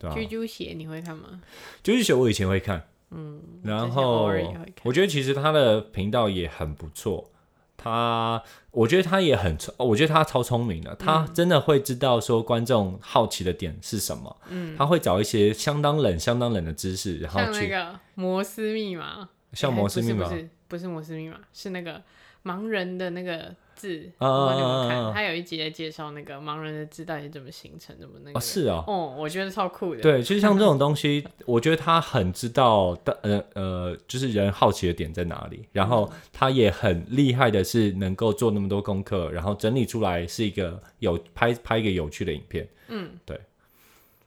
Speaker 2: 对啊，
Speaker 1: 啾啾鞋你会看吗？
Speaker 2: 就是学我以前会看，嗯，然后
Speaker 1: 之前偶尔也会看
Speaker 2: 我觉得其实他的频道也很不错，他我觉得他也很聪，我觉得他超聪明
Speaker 1: 嗯
Speaker 2: 的，他真的会知道说观众好奇的点是什么，嗯，他会找一些相当冷、相当冷的知识，然后
Speaker 1: 像那
Speaker 2: 去
Speaker 1: 个摩斯密码，
Speaker 2: 像
Speaker 1: 哎
Speaker 2: 摩斯密码
Speaker 1: 不是不是不是摩斯密码，是那个盲人的那个字，
Speaker 2: 啊
Speaker 1: 我你有没有
Speaker 2: 啊啊啊
Speaker 1: 看？他有一集在介绍那个盲人的字到底怎么形成，怎么那个
Speaker 2: 哦，
Speaker 1: 的。
Speaker 2: 是哦。
Speaker 1: 哦，我觉得超酷的。
Speaker 2: 对，就是像这种东西，我觉得他很知道的，呃呃，就是人好奇的点在哪里，然后他也很厉害的是能够做那么多功课，然后整理出来是一个有拍拍一个有趣的影片，嗯，对，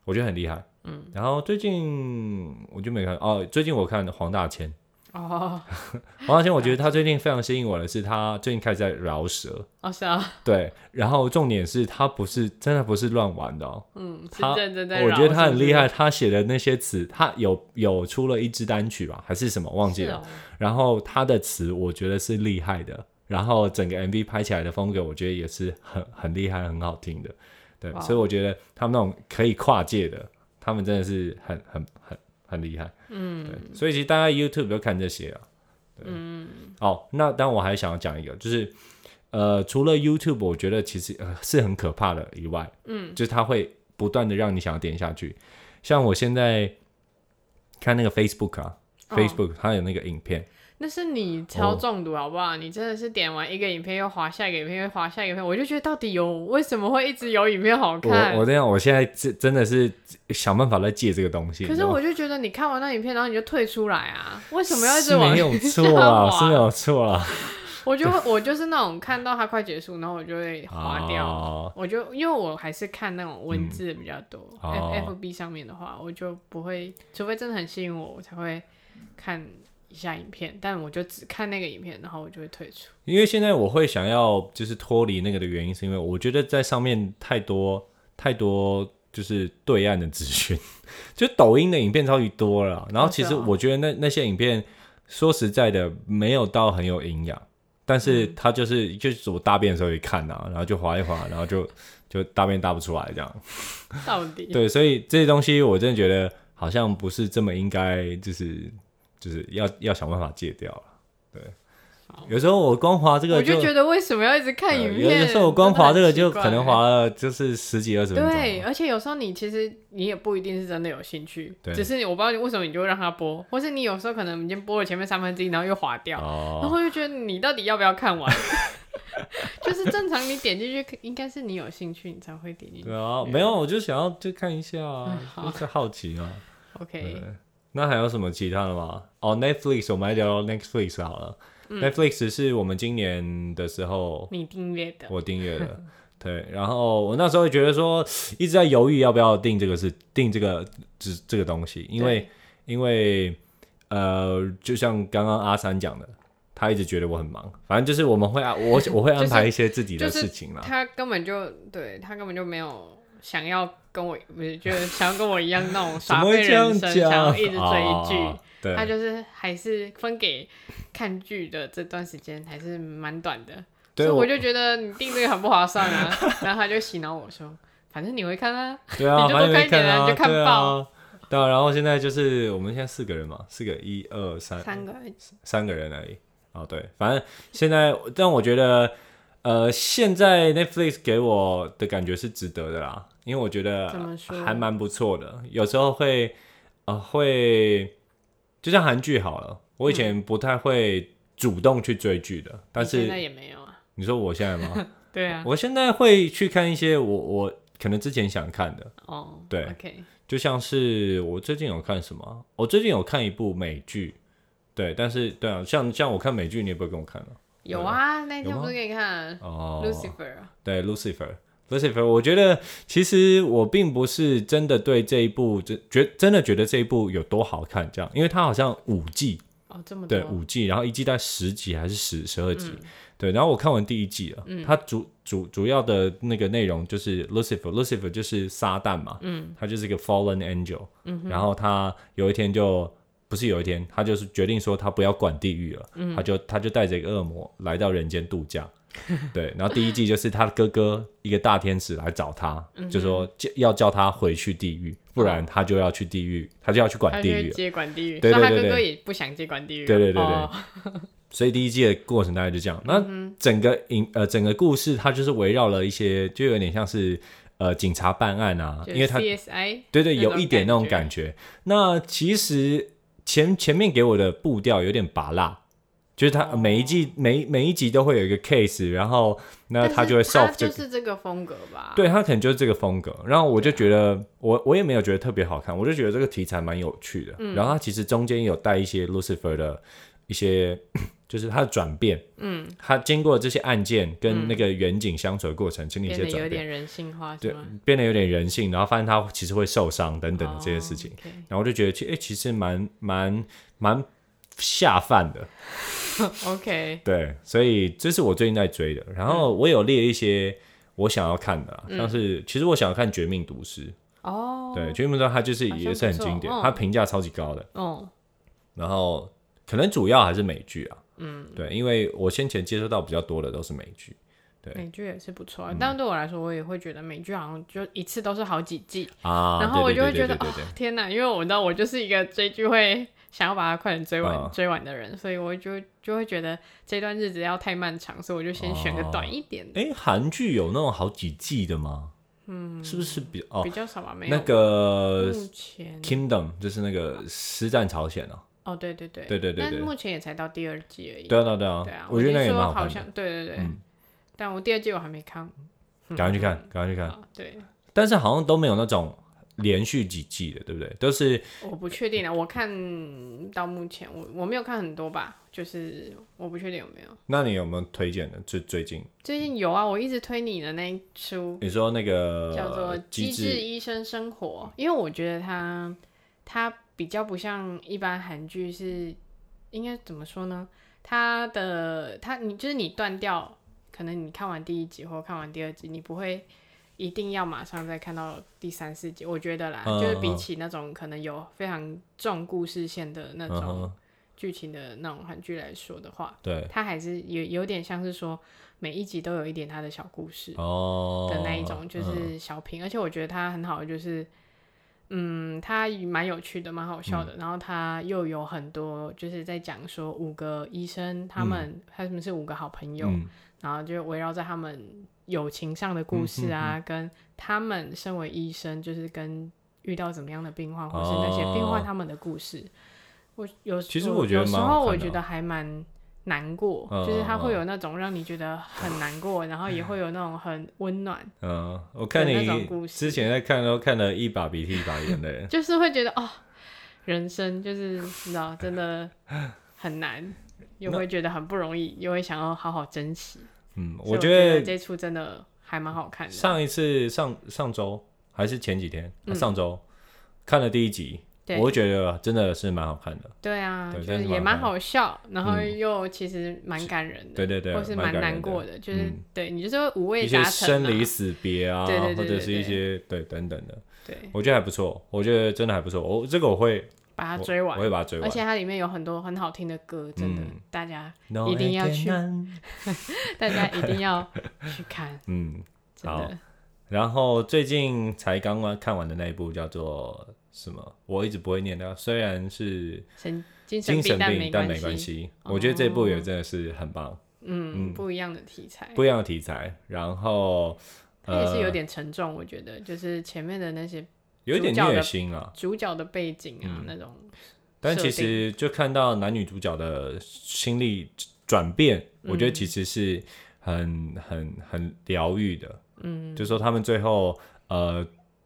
Speaker 2: 我觉得很厉害，嗯，然后最近我就没看哦，最近我看黄大千，
Speaker 1: 哦，
Speaker 2: 黄大千，我觉得他最近非常吸引我的是他最近开始在饶舌，
Speaker 1: 哦是啊，
Speaker 2: 对，然后重点是他不是真的不是乱玩的哦，
Speaker 1: 嗯，是
Speaker 2: 他
Speaker 1: 认真在
Speaker 2: 我
Speaker 1: 绕
Speaker 2: 觉得他
Speaker 1: 是
Speaker 2: 很
Speaker 1: 不是
Speaker 2: 厉害，他写的那些词，他有有出了一支单曲吧，还是什么忘记
Speaker 1: 是
Speaker 2: 了。
Speaker 1: 哦
Speaker 2: 然后他的词我觉得是厉害的，然后整个 MV 拍起来的风格，我觉得也是很很厉害、很好听的。对，
Speaker 1: 哇
Speaker 2: 所以我觉得他们那种可以跨界的，他们真的是很很很很厉害。嗯，对，所以其实大家 YouTube 都看这些啊。对，嗯，哦，那但我还想要讲一个，就是呃，除了 YouTube，我觉得其实、呃、是很可怕的以外，嗯，就是它会不断的让你想要点下去。像我现在看那个 Facebook 啊、
Speaker 1: 哦
Speaker 2: f a c e b o o k 它有那个影片。
Speaker 1: 那是你超中毒好不好？你真的是点完一个影片又滑下一个影片，又滑下一个影片，我就觉得到底有为什么会一直有影片好看
Speaker 2: 我？我这样，我现在真真的是想办法来戒这个东西。
Speaker 1: 可
Speaker 2: 你知
Speaker 1: 是
Speaker 2: 道吗
Speaker 1: 我就觉得你看完那影片，然后你就退出来啊？为什么要一直
Speaker 2: 是
Speaker 1: 往
Speaker 2: 没有
Speaker 1: 下
Speaker 2: 错啊，
Speaker 1: 滑
Speaker 2: 是没有错啊。
Speaker 1: 我就会我就是那种看到它快结束，然后我就会划掉。
Speaker 2: 哦
Speaker 1: 我就因为我还是看那种文字比较多、
Speaker 2: 嗯哦
Speaker 1: f F B 上面的话，我就不会，除非真的很吸引我，我才会看一下影片。但我就只看那个影片，然后我就会退出。
Speaker 2: 因为现在我会想要就是脱离那个的原因，是因为我觉得在上面太多太多就是对岸的资讯， 就抖音的影片超级多了啊。然后其实
Speaker 1: 是啊
Speaker 2: 我觉得那那些影
Speaker 1: 啊
Speaker 2: 片说实在的没有到很有营养，但是它就是就是我大便的时候一看啊，然后就滑一滑，然后就就大便大不出来这样。
Speaker 1: 到底
Speaker 2: 对，所以这些东西我真的觉得好像不是这么应该，就是就是要要想办法戒掉了。对
Speaker 1: 好，
Speaker 2: 有时候我光滑这
Speaker 1: 我
Speaker 2: 个
Speaker 1: 就觉得为什么要一直看
Speaker 2: 呃
Speaker 1: 影
Speaker 2: 有
Speaker 1: 片？
Speaker 2: 有时候我光滑这个
Speaker 1: 真
Speaker 2: 就
Speaker 1: 的很奇怪
Speaker 2: 可能滑了就是十几二十分钟。
Speaker 1: 对，而且有时候你其实你也不一定是真的有兴趣，
Speaker 2: 对
Speaker 1: 只是我不知道你为什么你就会让它播，或是你有时候可能已经播了前面三分之一，然后又划掉，然
Speaker 2: 哦，
Speaker 1: 后就觉得你到底要不要看 完？就是正常你点进去，应该是你有兴趣你才会点进去
Speaker 2: 对。啊，没有，我就想要就看一下啊，
Speaker 1: 好哎
Speaker 2: 就是好奇啊。
Speaker 1: OK，
Speaker 2: 那还有什么其他的吗？哦，Netflix，我们来聊聊 Netflix 好了。Netflix
Speaker 1: 嗯
Speaker 2: 是我们今年的时候
Speaker 1: 你订阅的，
Speaker 2: 我订阅了。 对，然后我那时候觉得说，一直在犹豫要不要订这个是订这个这这个东西，因为因为呃，就像刚刚阿三讲的，他一直觉得我很忙，反正就是我们会啊，我我会安排一些自己的
Speaker 1: 就
Speaker 2: 事
Speaker 1: 是
Speaker 2: 情啦。
Speaker 1: 他根本就对他根本就没有想要跟我，不是就是想要跟我一样那种
Speaker 2: 怎
Speaker 1: 耍
Speaker 2: 么
Speaker 1: 废
Speaker 2: 会这样
Speaker 1: 人生，想
Speaker 2: 讲？
Speaker 1: 要一直追剧
Speaker 2: 哦。对，
Speaker 1: 他就是还是分给看剧的这段时间还是蛮短的，所
Speaker 2: 对
Speaker 1: 以
Speaker 2: 我
Speaker 1: 我就觉得你订这个很不划算啊。 然后他就洗脑我说，反正你会看啊，
Speaker 2: 对啊，
Speaker 1: 你就多
Speaker 2: 反正
Speaker 1: 看
Speaker 2: 没
Speaker 1: 一点啊
Speaker 2: 啊，
Speaker 1: 你就看
Speaker 2: 对啊
Speaker 1: 报。
Speaker 2: 对啊，然后现在就是我们现在四个人嘛，四个一二三
Speaker 1: 三个人
Speaker 2: 三个人而已。哦，对，反正现在，但我觉得，呃，现在 Netflix 给我的感觉是值得的啦，因为我觉得
Speaker 1: 怎么说
Speaker 2: 还蛮不错的。有时候会，呃，会就像韩剧好了，我以前不太会主动去追剧的，但
Speaker 1: 现在
Speaker 2: 是
Speaker 1: 也没有啊。
Speaker 2: 你说我现在吗？
Speaker 1: 对啊，
Speaker 2: 我现在会去看一些我我可能之前想看的，
Speaker 1: 哦，
Speaker 2: 对啊
Speaker 1: ，OK，
Speaker 2: 就像是我最近有看什么啊？我最近有看一部美剧，对，但是对啊，像像我看美剧，你也不会跟我看了、
Speaker 1: 有啊，那一
Speaker 2: 有
Speaker 1: 天
Speaker 2: 吗
Speaker 1: 不是给你看啊
Speaker 2: 哦。
Speaker 1: Lucifer 啊
Speaker 2: 对，Lucifer。Lucifer，我觉得其实我并不是真的对这一部真觉真的觉得这一部有多好看，这样，因为它好像五季，
Speaker 1: 哦，这么多
Speaker 2: 对，五季，然后一季大概十集还是十十二集，对，然后我看完第一季了，它主主主要的那个内容就是 Lucifer，Lucifer 就是撒旦嘛，嗯，他就是一个 fallen angel，嗯，然后他有一天就不是有一天，他就是决定说他不要管地狱了，嗯，他就他就带着一个恶魔来到人间度假。对，然后第一季就是他哥哥一个大天使来找他，就说叫要叫他回去地狱，不然他就要去地狱，他就要去管
Speaker 1: 他
Speaker 2: 地
Speaker 1: 就
Speaker 2: 狱
Speaker 1: 会
Speaker 2: 了。
Speaker 1: 接管地狱，
Speaker 2: 对
Speaker 1: 所以他
Speaker 2: 对对
Speaker 1: 哥哥
Speaker 2: 对
Speaker 1: 也不想接管地狱啊。
Speaker 2: 对对对对
Speaker 1: 哦
Speaker 2: 所以第一季的过程大概就这样。
Speaker 1: 嗯
Speaker 2: 那整个影呃整个故事，它就是围绕了一些，就有点像是呃警察办案啊，
Speaker 1: 就
Speaker 2: 因为它
Speaker 1: CSI
Speaker 2: 对对
Speaker 1: 那
Speaker 2: 有
Speaker 1: 种
Speaker 2: 一点那种
Speaker 1: 感
Speaker 2: 感觉。那其实前前面给我的步调有点拔辣。就是它
Speaker 1: 哦
Speaker 2: 每一季、每每一集都会有一个 case，然后那
Speaker 1: 但
Speaker 2: 它
Speaker 1: 是
Speaker 2: 会
Speaker 1: 他
Speaker 2: solve 这
Speaker 1: 就
Speaker 2: 个，
Speaker 1: 是这个风格吧？
Speaker 2: 对它可能就是这个风格。然后我
Speaker 1: 啊
Speaker 2: 就觉得我我也没有觉得特别好看，我就觉得这个题材蛮有趣的。
Speaker 1: 嗯
Speaker 2: 然后它其实中间有带一些 Lucifer 的一些， 就是它的转变，
Speaker 1: 嗯，
Speaker 2: 他经过这些案件跟那个远景相处的过程，经历一
Speaker 1: 变
Speaker 2: 些
Speaker 1: 得有
Speaker 2: 转变，
Speaker 1: 点人性化是
Speaker 2: 对
Speaker 1: 吗？，
Speaker 2: 变得有点人性，然后发现他其实会受伤等等的这些事情，
Speaker 1: 哦，OK
Speaker 2: 然后我就觉得其，哎、其实蛮蛮蛮下饭的，
Speaker 1: OK，
Speaker 2: 对，所以这是我最近在追的。然
Speaker 1: 嗯
Speaker 2: 后我有列一些我想要看的啦，啊像是其实我想要看《绝命毒师》
Speaker 1: 哦，
Speaker 2: 对，《绝命毒师》它就是
Speaker 1: 好像
Speaker 2: 也是很
Speaker 1: 不错
Speaker 2: 经典，
Speaker 1: 嗯
Speaker 2: 它评价超级高的，
Speaker 1: 哦，
Speaker 2: 然后可能主要还是美剧啊，嗯，对，因为我先前接触到比较多的都是美剧，对嗯
Speaker 1: 美剧也是不错啊，但对我来说，我也会觉得美剧好像就一次都是好几季，
Speaker 2: 啊，
Speaker 1: 然后我
Speaker 2: 对
Speaker 1: 就
Speaker 2: 对
Speaker 1: 会
Speaker 2: 对
Speaker 1: 觉得
Speaker 2: 对对
Speaker 1: 哦
Speaker 2: 对，
Speaker 1: 天哪，因为我知道我就是一个追剧会想要把它快点追完、
Speaker 2: 嗯
Speaker 1: 追完的人，所以我就就会觉得这段日子要太漫长，所以我就先选个短一点的，
Speaker 2: 哎，韩剧有那种好几季的吗？嗯，是不是比哦
Speaker 1: 比较少吧，没有。嗯
Speaker 2: 那个
Speaker 1: 目前
Speaker 2: Kingdom 就是那个师战朝鲜哦？
Speaker 1: 哦，对对对
Speaker 2: 对对对
Speaker 1: 但
Speaker 2: 对
Speaker 1: 目前也才到第二季而已。
Speaker 2: 对啊对啊对
Speaker 1: 对啊
Speaker 2: 啊，，
Speaker 1: 我
Speaker 2: 觉得那
Speaker 1: 听
Speaker 2: 个也蛮好
Speaker 1: 说好
Speaker 2: 看嗯
Speaker 1: 像对对对，但我第二季我还没看
Speaker 2: 的，
Speaker 1: 嗯
Speaker 2: 赶快去看，赶快去看。
Speaker 1: 啊，对，
Speaker 2: 但是好像都没有那种连续几季的，对不对？都是
Speaker 1: 我不确定啊，我看到目前我我没有看很多吧，就是我不确定有没有。
Speaker 2: 那你有没有推荐的？最最近
Speaker 1: 最近有啊，我一直推你的那一书，
Speaker 2: 你说那个
Speaker 1: 叫做《机
Speaker 2: 呃机
Speaker 1: 智医生生活》，因为我觉得它它比较不像一般韩剧是，应该怎么说呢？它的它你就是你断掉，可能你看完第一集或看完第二集，你不会一定要马上再看到第三四集。我觉得啦，
Speaker 2: 嗯
Speaker 1: 就是
Speaker 2: 嗯
Speaker 1: 比
Speaker 2: 嗯
Speaker 1: 起那种可能有非常重故事线的那
Speaker 2: 嗯
Speaker 1: 种
Speaker 2: 哼
Speaker 1: 剧情的那种韩剧来说的话，
Speaker 2: 对
Speaker 1: 它还是有有点像是说每一集都有一点它的小故事。
Speaker 2: 哦
Speaker 1: 的那一种，就
Speaker 2: 嗯
Speaker 1: 是小品，而且我觉得它很好，的就是嗯，它蛮有趣的，蛮好笑
Speaker 2: 嗯
Speaker 1: 的。然后它又有很多就是在讲说五个医生他们、他们是五个好朋友，
Speaker 2: 嗯
Speaker 1: 然后就围绕在他们友情上的故事
Speaker 2: 嗯
Speaker 1: 啊，跟他们身为医生就是跟遇到怎么样的病患，或是那些病患
Speaker 2: 哦
Speaker 1: 他们的故事。我有
Speaker 2: 其实
Speaker 1: 有
Speaker 2: 我觉得
Speaker 1: 有时
Speaker 2: 蛮好
Speaker 1: 候我
Speaker 2: 看的
Speaker 1: 觉
Speaker 2: 啊
Speaker 1: 得还蛮难过，
Speaker 2: 嗯
Speaker 1: 就是它
Speaker 2: 嗯
Speaker 1: 会有那种让你觉得很难过，然后也会有那种很温暖。
Speaker 2: 嗯，我看
Speaker 1: 的那
Speaker 2: 你
Speaker 1: 种故事，
Speaker 2: 之前在看都看了一把鼻涕一把眼泪
Speaker 1: 就是会觉得哦，人生就是你知道，真的很难，又会觉得很不容易，又会想要好好珍惜。
Speaker 2: 嗯，
Speaker 1: 所以
Speaker 2: 我
Speaker 1: 我
Speaker 2: 觉
Speaker 1: 得
Speaker 2: 得
Speaker 1: 这出真的还蛮好看的。
Speaker 2: 上一次上上周还是前几天，啊上周看了第一集，
Speaker 1: 嗯对
Speaker 2: 我觉得真的是蛮好看的。
Speaker 1: 对啊，
Speaker 2: 对
Speaker 1: 就
Speaker 2: 真
Speaker 1: 是
Speaker 2: 的
Speaker 1: 也
Speaker 2: 蛮
Speaker 1: 蛮
Speaker 2: 好
Speaker 1: 好笑，然后又其实蛮感人的，
Speaker 2: 对对对，
Speaker 1: 嗯或是
Speaker 2: 蛮
Speaker 1: 蛮
Speaker 2: 感人
Speaker 1: 难过的，就是、
Speaker 2: 嗯
Speaker 1: 对你就是会五
Speaker 2: 一
Speaker 1: 味
Speaker 2: 些
Speaker 1: 杂
Speaker 2: 生
Speaker 1: 陈、
Speaker 2: 离
Speaker 1: 啊。
Speaker 2: 死别啊，
Speaker 1: 对对对
Speaker 2: 或者是
Speaker 1: 对对
Speaker 2: 一些对等等的，
Speaker 1: 对，
Speaker 2: 我觉得还不错，我觉得真的还不错。我、这个我会
Speaker 1: 把它
Speaker 2: 我
Speaker 1: 追完
Speaker 2: 我。会把它追完
Speaker 1: 而。且它里面有很多很好听的歌，真的，
Speaker 2: 嗯
Speaker 1: 大家
Speaker 2: No
Speaker 1: 一定要去
Speaker 2: I cannot
Speaker 1: 大家一定要去看，
Speaker 2: 嗯，
Speaker 1: 真的。
Speaker 2: 然后最近才刚刚看完的那一部叫做什么？我一直不会念的，虽然是
Speaker 1: 神精神
Speaker 2: 精神
Speaker 1: 病，但
Speaker 2: 病，但没
Speaker 1: 没
Speaker 2: 关
Speaker 1: 关。哦
Speaker 2: 系。我觉得这部也真的是很棒，
Speaker 1: 嗯，不一样的题材，
Speaker 2: 不一样的题材。然后
Speaker 1: 它也
Speaker 2: 呃，
Speaker 1: 是有点沉重，我觉得，就是前面的那些
Speaker 2: 有一点
Speaker 1: 主角的
Speaker 2: 虐心啊，
Speaker 1: 主角的背景
Speaker 2: 嗯
Speaker 1: 啊，那种
Speaker 2: 但其
Speaker 1: 设定
Speaker 2: 实就看到男女主角的心理转变，我
Speaker 1: 嗯
Speaker 2: 觉得其实是很很很疗愈的。嗯，就说他们最后呃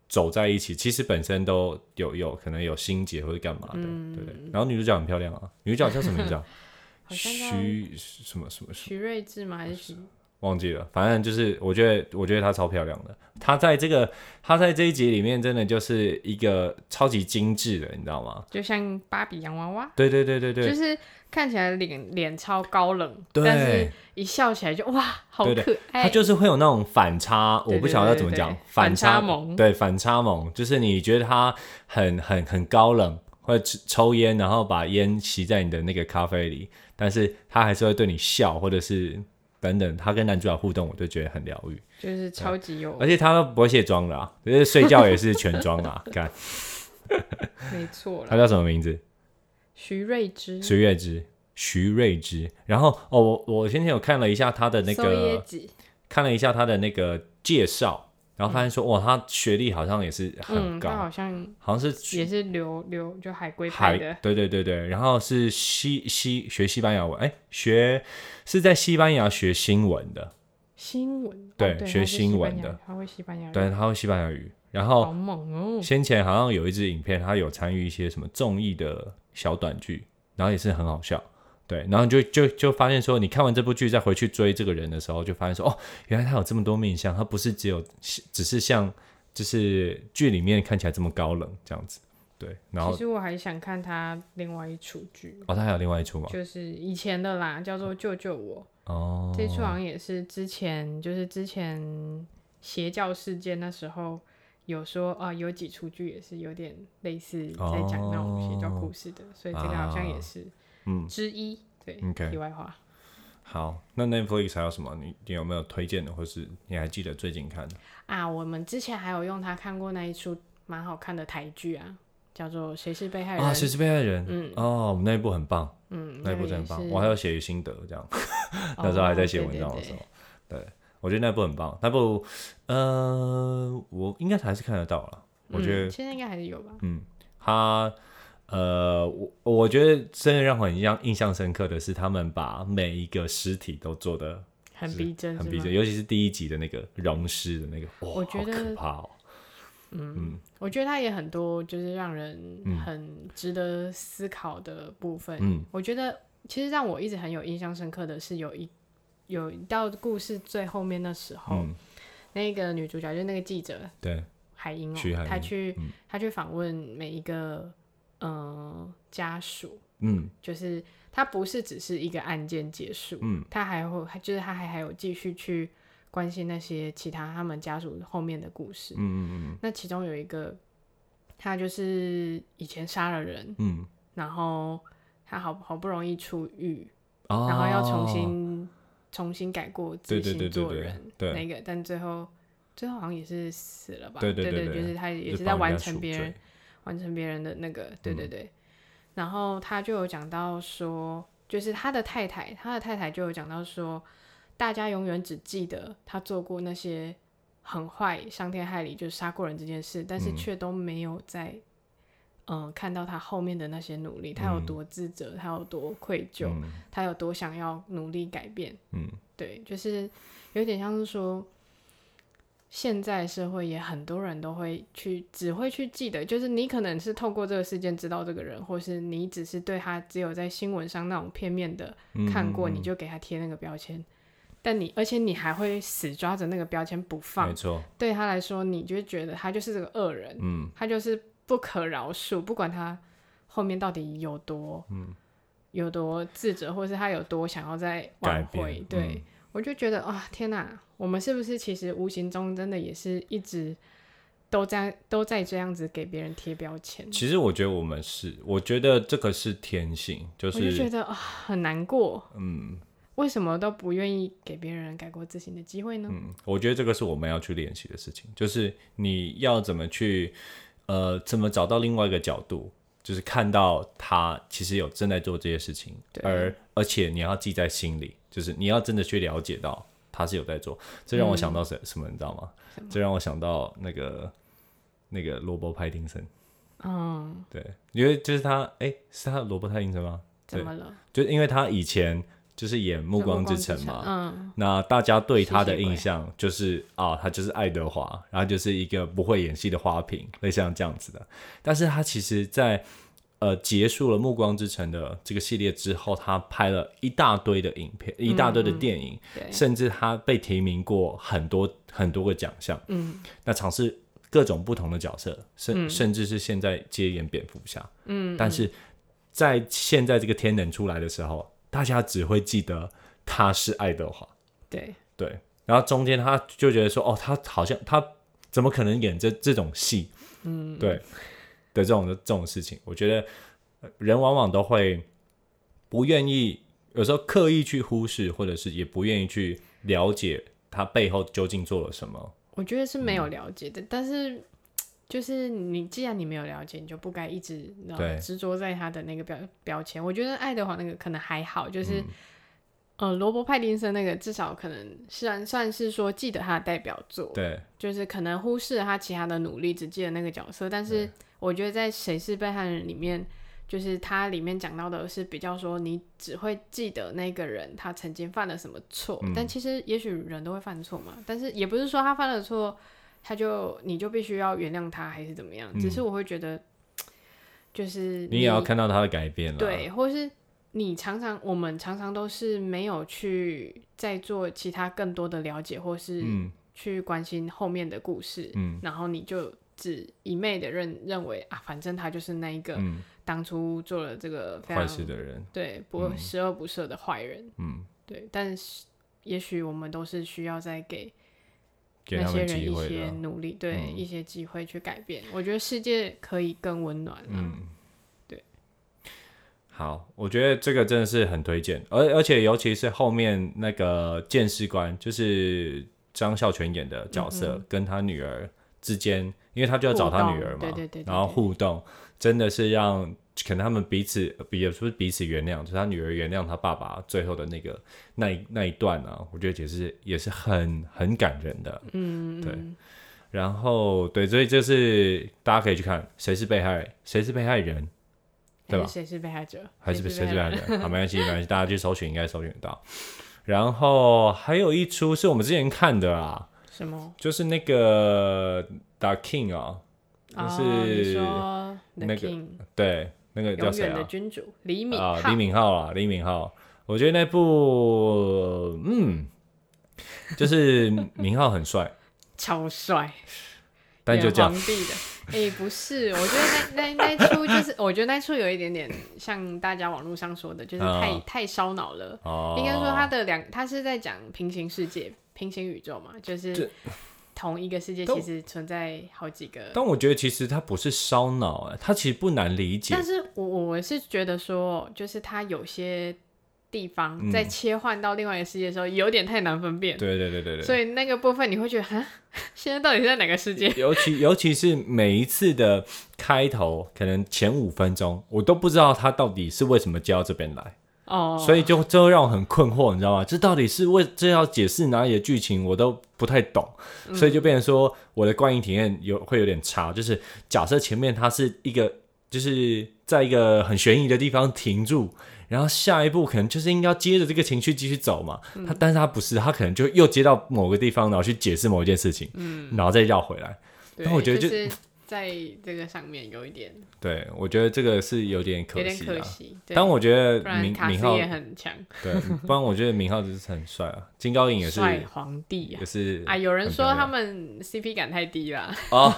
Speaker 2: 走在一起，其实本身都有有可能有心结或者干嘛的，对不对？然后女主角很漂亮啊，女主角叫什么名字啊？
Speaker 1: 嗯 好像叫
Speaker 2: 徐什么什么
Speaker 1: 徐睿智吗？还是徐？
Speaker 2: 忘记了，反正就是我觉得，我觉得她超漂亮的。她在这个，她在这一集里面真的就是一个超级精致的，你知道吗？
Speaker 1: 就像芭比洋娃娃，
Speaker 2: 对对对对对，
Speaker 1: 就是看起来脸脸超高冷，
Speaker 2: 对
Speaker 1: 但是一笑起来就哇，好
Speaker 2: 对
Speaker 1: 可爱。
Speaker 2: 它就是会有那种反差，
Speaker 1: 哎对
Speaker 2: 我不晓得要怎么
Speaker 1: 对
Speaker 2: 讲
Speaker 1: 对，对
Speaker 2: 反
Speaker 1: 反差萌
Speaker 2: 对反差萌，就是你觉得它很很很高冷，会抽抽烟，然后把烟吸在你的那个咖啡里，但是它还是会对你笑，或者是等等，它跟男主角互动，我就觉得很疗愈，
Speaker 1: 就是超级有，
Speaker 2: 而且它都不会卸妆啦，就是睡觉也是全妆 啦，看
Speaker 1: 没错
Speaker 2: 它
Speaker 1: 了。
Speaker 2: 叫什么名字？
Speaker 1: 徐睿智，
Speaker 2: 徐月之，徐瑞之。然后哦，我我先前有看了一下他的那
Speaker 1: 松叶
Speaker 2: 个
Speaker 1: 子，
Speaker 2: 看了一下他的那个介绍，然后发现说，哇，他学历好像也是很
Speaker 1: 嗯，
Speaker 2: 高，
Speaker 1: 他好像
Speaker 2: 好像是
Speaker 1: 也是留留就海归派
Speaker 2: 海
Speaker 1: 的，
Speaker 2: 对对对对，然后是西西学西班牙文，哎，学是在西班牙学新闻的，
Speaker 1: 新闻，哦
Speaker 2: 对
Speaker 1: 对，
Speaker 2: 学
Speaker 1: 他是
Speaker 2: 新
Speaker 1: 西班
Speaker 2: 闻
Speaker 1: 牙
Speaker 2: 的
Speaker 1: 语，他会西班牙语，
Speaker 2: 对，他会西班牙语，然后
Speaker 1: 好猛哦，
Speaker 2: 先前好像有一支影片，他有参与一些什么综艺的小短剧，然后也是很好笑。对，然后就就就发现说，你看完这部剧再回去追这个人的时候，就发现说，哦，原来他有这么多面相，他不是只有只是像就是剧里面看起来这么高冷这样子。对，然
Speaker 1: 其
Speaker 2: 后
Speaker 1: 实我还想看他另外一出剧，
Speaker 2: 哦，他还有另外一出嘛？
Speaker 1: 就是以前的啦，叫做《救救我》。
Speaker 2: 哦，
Speaker 1: 这出好像也是之前，就是之前邪教事件那时候有说啊、有几出剧也是有点类似在讲那种邪教故事的，所以这个好像也是
Speaker 2: 嗯
Speaker 1: 之一。对
Speaker 2: OK
Speaker 1: 题外话，
Speaker 2: 好，那 Netflix 还有什么？你你有没有推荐的，或是你还记得最近看的？
Speaker 1: 啊，我们之前还有用他看过那一出蛮好看的台剧啊，叫做《谁是被害人》。
Speaker 2: 啊，谁是被害人？
Speaker 1: 嗯
Speaker 2: 哦，我们那一部很棒，
Speaker 1: 嗯，
Speaker 2: 那一部
Speaker 1: 个
Speaker 2: 真的很
Speaker 1: 也
Speaker 2: 棒，
Speaker 1: 是
Speaker 2: 我还有写于心得这样。那时候还在写
Speaker 1: 哦
Speaker 2: 文章的时候
Speaker 1: 对对对，
Speaker 2: 对我觉得那部很棒，那部呃，我应该还是看得到了。我觉
Speaker 1: 嗯
Speaker 2: 得
Speaker 1: 现在应该还是有吧。
Speaker 2: 他、呃，我我觉得真的让我印象印象深刻的是，他们把每一个尸体都做的
Speaker 1: 很逼真，
Speaker 2: 很
Speaker 1: 是
Speaker 2: 逼
Speaker 1: 吗
Speaker 2: 真，尤其是第一集的那个溶尸的那个，哇，
Speaker 1: 我觉
Speaker 2: 好可
Speaker 1: 得
Speaker 2: 怕哦。
Speaker 1: 我觉得它也很多，就是让人很值得思考的部分。
Speaker 2: 嗯，
Speaker 1: 我觉得其实让我一直很有印象深刻的是有一有一道故事最后面的时候，
Speaker 2: 嗯，
Speaker 1: 那个女主角就是那个记者
Speaker 2: 对，
Speaker 1: 海英哦、
Speaker 2: 徐海英
Speaker 1: 她去、
Speaker 2: 嗯
Speaker 1: 她去访问每一个呃家属，
Speaker 2: 嗯
Speaker 1: 就是她不是只是一个案件结束，
Speaker 2: 嗯，
Speaker 1: 她还会就是她还还有继续去关心那些其他他们家属后面的故事。
Speaker 2: 嗯嗯
Speaker 1: 那其中有一个，他就是以前杀了人，
Speaker 2: 嗯
Speaker 1: 然后他好好不容易出狱，
Speaker 2: 嗯，哦
Speaker 1: 然后要重新重新改过
Speaker 2: 对对
Speaker 1: 自
Speaker 2: 对
Speaker 1: 新
Speaker 2: 对
Speaker 1: 做
Speaker 2: 对
Speaker 1: 人，
Speaker 2: 对
Speaker 1: 那个，但最后最后好像也是死了吧？
Speaker 2: 对对
Speaker 1: 对
Speaker 2: 对对
Speaker 1: 就是他也
Speaker 2: 就是帮
Speaker 1: 在
Speaker 2: 人
Speaker 1: 完
Speaker 2: 家
Speaker 1: 成
Speaker 2: 赎
Speaker 1: 别
Speaker 2: 罪
Speaker 1: 人完成别人的那个，对对对。然后他就有讲到说，就是他的太太，他的太太就有讲到说，大家永远只记得他做过那些很坏、伤天害理，就是杀过人这件事，但是
Speaker 2: 嗯
Speaker 1: 却都没有在。嗯看到他后面的那些努力，他有多自责，他有多愧疚，
Speaker 2: 嗯
Speaker 1: 他有多想要努力改变。
Speaker 2: 嗯
Speaker 1: 对，就是有点像是说，现在社会也很多人都会去，只会去记得，就是你可能是透过这个事件知道这个人，或是你只是对他只有在新闻上那种片面的
Speaker 2: 嗯
Speaker 1: 看过，
Speaker 2: 嗯
Speaker 1: 你就给他贴那个标签。但你，而且你还会死抓着那个标签不
Speaker 2: 没
Speaker 1: 放，
Speaker 2: 错，
Speaker 1: 对他来说，你就觉得他就是这个恶人，
Speaker 2: 嗯
Speaker 1: 他就是不可饶恕，不管他后面到底有多，嗯，有多自责，或是他有多想要再
Speaker 2: 改
Speaker 1: 挽
Speaker 2: 变
Speaker 1: 回，对、
Speaker 2: 嗯
Speaker 1: 我就觉得啊，天哪，我们是不是其实无形中真的也是一直都在都在这样子给别人贴标签，
Speaker 2: 其实我觉得我们是，我觉得这个是天性，就
Speaker 1: 我就觉
Speaker 2: 是
Speaker 1: 得啊、很难过，
Speaker 2: 嗯
Speaker 1: 为什么都不愿意给别人改过自新的机会呢？
Speaker 2: 嗯，我觉得这个是我们要去练习的事情，就是你要怎么去，呃，怎么找到另外一个角度，就是看到他其实有正在做这些事情，
Speaker 1: 对
Speaker 2: 而而且你要记在心里，就是你要真的去了解到他是有在做。这让我想到
Speaker 1: 嗯
Speaker 2: 什什么，你知道吗？这让我想到那个那个罗伯·派丁森，
Speaker 1: 嗯，
Speaker 2: 对，因为就是他，哎、是他罗伯·派丁森吗？
Speaker 1: 怎么了？
Speaker 2: 就因为他以前就是演《暮光之城》嘛，
Speaker 1: 嗯，
Speaker 2: 那大家对他的
Speaker 1: 吸血鬼
Speaker 2: 印象就是啊，他就是爱德华，然后就是一个不会演戏的花瓶，类似像这样子的。但是他其实在呃结束了《暮光之城》的这个系列之后，他拍了一大堆的影片，一大堆的电影，
Speaker 1: 嗯对，
Speaker 2: 甚至他被提名过很多很多个奖项。
Speaker 1: 嗯，
Speaker 2: 那尝试各种不同的角色，甚、甚至是现在接演蝙蝠侠，嗯，但是在现在这个天能出来的时候，大家只会记得他是爱德华，
Speaker 1: 对，
Speaker 2: 对，然后中间他就觉得说，哦，他好像他怎么可能演这这种戏，嗯，对的这种这种事情，我觉得呃人往往都会不愿意，有时候刻意去忽视，或者是也不愿意去了解他背后究竟做了什么，
Speaker 1: 我觉得是没有了解的，但是就是你既然你没有了解，你就不该一直你知道
Speaker 2: 对
Speaker 1: 执着在他的那个标标签。我觉得爱德华那个可能还好，就是、呃罗伯派丁森那个至少可能算算是说记得他的代表作，
Speaker 2: 对。
Speaker 1: 就是可能忽视了他其他的努力，只记得那个角色。但是我觉得在《谁是被害人》里面，就是它里面讲到的是比较说，你只会记得那个人他曾经犯了什么错，
Speaker 2: 嗯
Speaker 1: 但其实也许人都会犯错嘛。但是也不是说他犯了错，他就你就必须要原谅他还是怎么样。
Speaker 2: 嗯
Speaker 1: 只是我会觉得，就是
Speaker 2: 你也要看到啊他的改变了。
Speaker 1: 对，或是你常常我们常常都是没有去再做其他更多的了解，或是
Speaker 2: 嗯
Speaker 1: 去关心后面的故事，
Speaker 2: 嗯
Speaker 1: 然后你就只一昧的认认为啊，反正他就是那一个
Speaker 2: 嗯，
Speaker 1: 当初做了这个非
Speaker 2: 坏
Speaker 1: 常
Speaker 2: 事的嗯人，
Speaker 1: 对不十恶不赦的坏人，
Speaker 2: 嗯，
Speaker 1: 对，但是也许我们都是需要再给
Speaker 2: 给
Speaker 1: 那
Speaker 2: 他
Speaker 1: 些
Speaker 2: 们
Speaker 1: 人
Speaker 2: 机
Speaker 1: 一
Speaker 2: 会
Speaker 1: 些
Speaker 2: 的。嗯
Speaker 1: 努力，对、一些机会去改变，我觉得世界可以更温暖、啊，
Speaker 2: 嗯，
Speaker 1: 对。
Speaker 2: 好，我觉得这个真的是很推荐，而而且尤其是后面那个见识官，就是张孝全演的角色，跟他女儿之间，因为他就要找他女儿嘛，
Speaker 1: 互动对对对对
Speaker 2: 然后互动，真的是让可能他们彼此，比也不是彼此原谅，就是他女儿原谅他爸爸最后的那个那一那一段啊，我觉得也是也是很很感人的，
Speaker 1: 嗯，
Speaker 2: 对然后对，所以就是大家可以去看谁是被害，谁是被害人，对
Speaker 1: 还
Speaker 2: 吧
Speaker 1: 是哎谁是被害者，
Speaker 2: 还是谁是
Speaker 1: 被
Speaker 2: 被
Speaker 1: 害
Speaker 2: 害人？好，没关系，没关系，大家去搜寻应该搜寻得到。然后还有一出是我们之前看的啊，
Speaker 1: 什么？
Speaker 2: 就是那个 The King 啊、
Speaker 1: 啊，
Speaker 2: 就是
Speaker 1: 你说 The
Speaker 2: 那个
Speaker 1: King，
Speaker 2: 对，那个叫
Speaker 1: 永
Speaker 2: 谁
Speaker 1: 远的
Speaker 2: 啊？
Speaker 1: 君主李敏
Speaker 2: 啊、
Speaker 1: 镐
Speaker 2: 李敏镐啊，李敏镐。我觉得那部，嗯，就是明浩很帅，
Speaker 1: 超帅，
Speaker 2: 但就
Speaker 1: 演
Speaker 2: 这样
Speaker 1: 皇，帝的。哎、不是，我觉得那那那出就是， 我觉得那出有一点点像大家网络上说的，就是太、
Speaker 2: 啊
Speaker 1: 太烧脑了。
Speaker 2: 哦，
Speaker 1: 应该说他的两，他是在讲平行世界、平行宇宙嘛，就是
Speaker 2: 这
Speaker 1: 同一个世界
Speaker 2: 都
Speaker 1: 其实存在好几个
Speaker 2: 但我觉得其实他不是烧脑、哎，他其实不难理解
Speaker 1: 但，是我我是觉得说，就是它有些地方
Speaker 2: 嗯
Speaker 1: 在切换到另外一个世界的时候，有点太难分辨，
Speaker 2: 对对对对对。
Speaker 1: 所以那个部分你会觉得，哈， 现在到底是在哪个世界？
Speaker 2: 尤其尤其是每一次的开头，可能前五分钟，我都不知道他到底是为什么接到这边来，
Speaker 1: 哦，
Speaker 2: 所以就这会让我很困惑，你知道吗？这到底是为这要解释哪里的剧情，我都不太懂，
Speaker 1: 嗯
Speaker 2: 所以就变成说我的观影体验有会有点差。就是假设前面它是一个，就是在一个很悬疑的地方停住。然后下一步可能就是应该要接着这个情绪继续走嘛，他
Speaker 1: 嗯
Speaker 2: 但是他不是，他可能就又接到某个地方，然后去解释某一件事情，
Speaker 1: 嗯
Speaker 2: 然后再绕回来，
Speaker 1: 对
Speaker 2: 但我觉得
Speaker 1: 就
Speaker 2: 就是
Speaker 1: 在这个上面有一点
Speaker 2: 对，我觉得这个是有点
Speaker 1: 有
Speaker 2: 可
Speaker 1: 点
Speaker 2: 惜
Speaker 1: 可
Speaker 2: 啊。
Speaker 1: 惜，对，
Speaker 2: 但我觉
Speaker 1: 不
Speaker 2: 得
Speaker 1: 然
Speaker 2: 明
Speaker 1: 卡
Speaker 2: 明
Speaker 1: 斯
Speaker 2: 浩
Speaker 1: 也很强，
Speaker 2: 对，不然我觉得明浩就是很帅啊，金高银也是
Speaker 1: 帅皇帝啊
Speaker 2: 也。是
Speaker 1: 啊，有人
Speaker 2: 很
Speaker 1: 说
Speaker 2: 漂
Speaker 1: 他
Speaker 2: 亮
Speaker 1: 们 CP 感太低啦，
Speaker 2: 哦，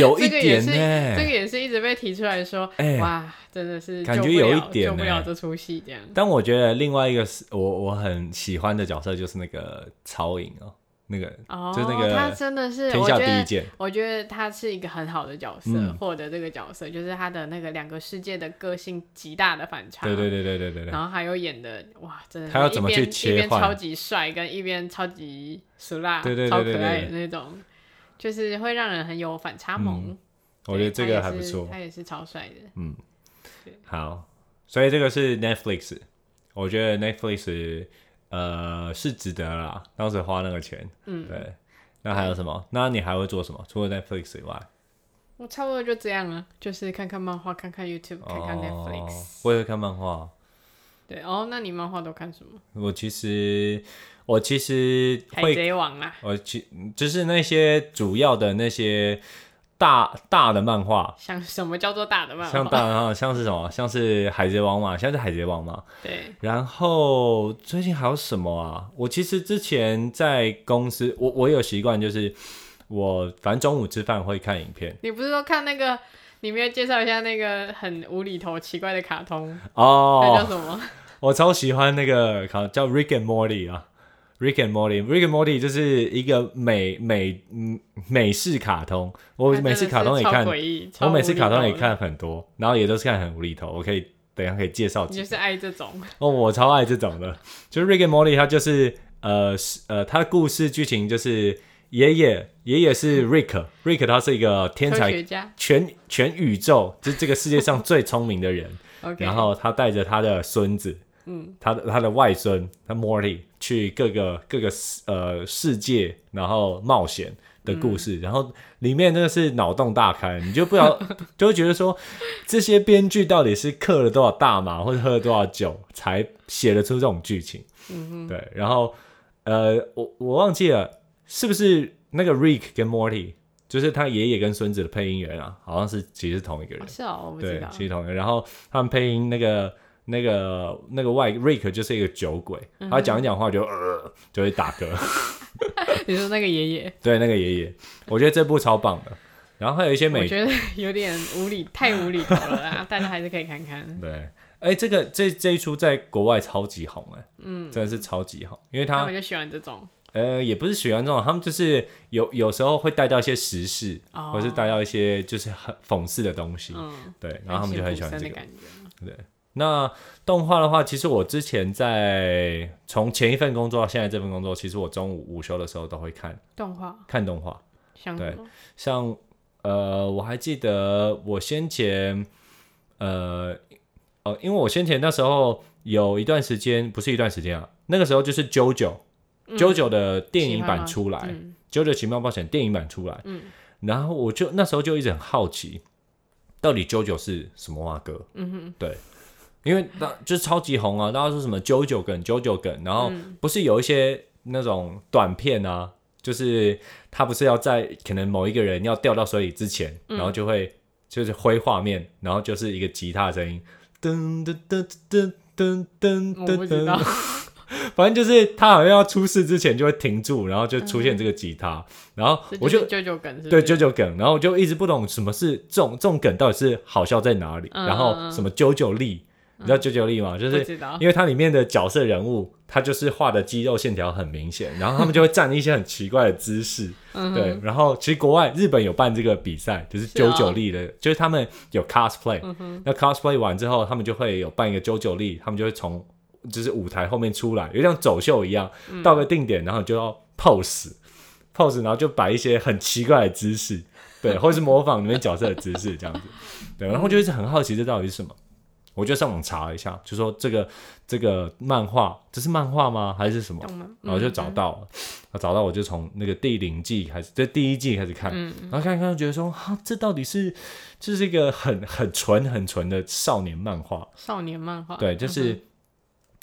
Speaker 2: 有一
Speaker 1: 这个也
Speaker 2: 点
Speaker 1: 是、
Speaker 2: 呢，
Speaker 1: 这个也是一直被提出来说，
Speaker 2: 哎
Speaker 1: 哇，真的是
Speaker 2: 感
Speaker 1: 救
Speaker 2: 觉
Speaker 1: 不
Speaker 2: 有一
Speaker 1: 了
Speaker 2: 点
Speaker 1: 救不
Speaker 2: 呢
Speaker 1: 了这出戏这样。
Speaker 2: 但我觉得另外一个是我我很喜欢的角色就是那个曹颖哦，那个
Speaker 1: 哦，
Speaker 2: 就那个
Speaker 1: 他真的是，
Speaker 2: 天
Speaker 1: 我
Speaker 2: 下
Speaker 1: 觉
Speaker 2: 第一
Speaker 1: 得
Speaker 2: 剑，
Speaker 1: 我觉得他是一个很好的角色，
Speaker 2: 嗯
Speaker 1: 获得这个角色就是他的那个两个世界的个性极大的反差，
Speaker 2: 对对对对对对对，
Speaker 1: 然后还有演的哇，真的是
Speaker 2: 他要怎么
Speaker 1: 一边
Speaker 2: 去切
Speaker 1: 一边
Speaker 2: 换
Speaker 1: 超级帅，跟一边超级俗辣，
Speaker 2: 对对对对
Speaker 1: 超可爱的
Speaker 2: 对
Speaker 1: 那种，就是会让人很有反差萌。
Speaker 2: 嗯我觉得这
Speaker 1: 对
Speaker 2: 个
Speaker 1: 他
Speaker 2: 还
Speaker 1: 也
Speaker 2: 不
Speaker 1: 是
Speaker 2: 错。
Speaker 1: 他也是超帅的。
Speaker 2: 好，所以这个是 Netflix，我觉得 Netflix 呃是值得啦，当时花那个钱，嗯，对。那还有什么？那你还会做什么？除了 Netflix 以外，
Speaker 1: 我差不多就这样了，就是看看漫画，看看 YouTube，看看 Netflix。
Speaker 2: 哦、我也会看漫画。
Speaker 1: 对哦，那你漫画都看什么？
Speaker 2: 我其实我其实
Speaker 1: 海
Speaker 2: 会，
Speaker 1: 贼王啊啦，
Speaker 2: 我呃其就是那些主要的那些大大的漫画，
Speaker 1: 像什么叫做大的漫
Speaker 2: 像
Speaker 1: 画？
Speaker 2: 大的漫画像是什么？像是海贼王嘛，像是海贼王嘛。
Speaker 1: 对，
Speaker 2: 然后最近还有什么啊？我其实之前在公司，我我有习惯，就是我反正中午吃饭会看影片
Speaker 1: 你不是说看那个？你没有介绍一下那个很无厘头、奇怪的卡通，那叫
Speaker 2: 哦。
Speaker 1: 什么？
Speaker 2: 我超喜欢那个好像叫 Rick and Morty 啊，Rick and Morty，Rick and Morty 就是一个美美嗯美式卡通，我
Speaker 1: 它
Speaker 2: 美式
Speaker 1: 真的
Speaker 2: 卡
Speaker 1: 是
Speaker 2: 通也
Speaker 1: 超
Speaker 2: 看，
Speaker 1: 诡异，
Speaker 2: 我
Speaker 1: 超
Speaker 2: 美式
Speaker 1: 无厘
Speaker 2: 卡通
Speaker 1: 头
Speaker 2: 也
Speaker 1: 的
Speaker 2: 看很多，然后也都是看很无厘头。我可以等一下可以介绍
Speaker 1: 你
Speaker 2: 几
Speaker 1: 就是爱这种，
Speaker 2: 哦，我超爱这种的，就是 Rick and Morty，它就是呃是呃，它的故事剧情就是爷爷爷爷是 Rick，Rick 他是一个天
Speaker 1: 嗯科
Speaker 2: 才，
Speaker 1: 学家。
Speaker 2: 全全宇宙就这个世界上最聪明的人，
Speaker 1: OK，
Speaker 2: 然后他带着他的孙子，嗯，他的他的外孙，他 Morty 去各个各个世呃世界，然后冒险的故事，然后里面真的是脑洞大开，你就不要就会觉得说，这些编剧到底是嗑了多少大麻或者喝了多少酒才写得出这种剧情？嗯对，然后呃，我我忘记了是不是那个 Rick 跟 Morty。就是他爷爷跟孙子的配音员啊，好像是其实是同一个人
Speaker 1: 哦。是哦，我不知
Speaker 2: 对
Speaker 1: 道，。
Speaker 2: 系统的。然后他们配音那个那个那个外 Rick 就是一个酒鬼，
Speaker 1: 嗯
Speaker 2: 他讲一讲话就呃就会打嗝。
Speaker 1: 你说那个爷爷，
Speaker 2: 对，那个爷爷，我觉得这部超棒的。然后还有一些
Speaker 1: 我
Speaker 2: 美
Speaker 1: 觉得有点无理，太无厘头了啦，大家还是可以看看。
Speaker 2: 对，哎、这个这这一出在国外超级红哎、嗯，真的是超级红，因为
Speaker 1: 那
Speaker 2: 他
Speaker 1: 我就喜欢这种，
Speaker 2: 呃也不是喜欢这种，他们就是有有时候会带到一些时事，
Speaker 1: 哦
Speaker 2: 或是带到一些就是很讽刺的东西，
Speaker 1: 嗯，
Speaker 2: 对，然后他们就很喜欢
Speaker 1: 安
Speaker 2: 这
Speaker 1: 心
Speaker 2: 个
Speaker 1: 补身的。感觉。
Speaker 2: 那动画的话，其实我之前在从前一份工作到现在这份工作，其实我中午午休的时候都会看
Speaker 1: 动画
Speaker 2: 看动画。
Speaker 1: 像
Speaker 2: 对
Speaker 1: 什么
Speaker 2: 像呃，我还记得我先前呃哦、因为我先前那时候有一段时间，不是一段时间啊，那个时候就是《JoJo》《JoJo》的电影版出来，
Speaker 1: 嗯
Speaker 2: 《JoJo 奇妙冒险》电影版出来，嗯，然后我就那时候就一直很好奇，到底 JoJo 是什么蛙哥？嗯哼，对，因为那就是超级红啊，大家说什么 JoJo 梗、JoJo 梗，然后
Speaker 1: 嗯
Speaker 2: 不是有一些那种短片啊，就是他不是要在可能某一个人要掉到水里之前，
Speaker 1: 嗯
Speaker 2: 然后就会就是灰画面，然后就是一个吉他的声音，噔噔噔噔噔噔
Speaker 1: 我
Speaker 2: 噔
Speaker 1: 不知道
Speaker 2: 噔。，反正就是他好像要出事之前就会停住，然后就出现这个吉他，然后
Speaker 1: 这
Speaker 2: 我
Speaker 1: 就
Speaker 2: 就是
Speaker 1: 舅舅梗是不
Speaker 2: 对
Speaker 1: 是？
Speaker 2: 啾啾梗，然后我就一直不懂什么是这种这种梗到底是好笑在哪里，
Speaker 1: 嗯
Speaker 2: 然后什么啾啾力，你知道啾啾力吗？就
Speaker 1: 不
Speaker 2: 是
Speaker 1: 知道
Speaker 2: 因为它里面的角色人物，他就是画的肌肉线条很明显，然后他们就会站一些很奇怪的姿势，对。然后其实国外日本有办这个比赛，就是
Speaker 1: 嗯是哦
Speaker 2: 九九力的，就是他们有 cosplay，、那 cosplay 完之后，他们就会有办一个九九力，他们就会从就是舞台后面出来，有点像走秀一样，到个定点，然后你就要 pose pose，然后就摆一些很奇怪的姿势，对，或是模仿里面角色的姿势这样子，对。然后我就一直很好奇这到底是什么。我就上网查了一下，就说这个这个漫画，这是漫画吗？还是什么？
Speaker 1: 懂吗？
Speaker 2: 然后就找到了，找到我就从那个第零季开始，这第一季开始看，
Speaker 1: 嗯
Speaker 2: 然后看一看就觉得说，哈、这到底是这是一个很很纯很纯的少年漫画，
Speaker 1: 少年漫画，
Speaker 2: 对，就是、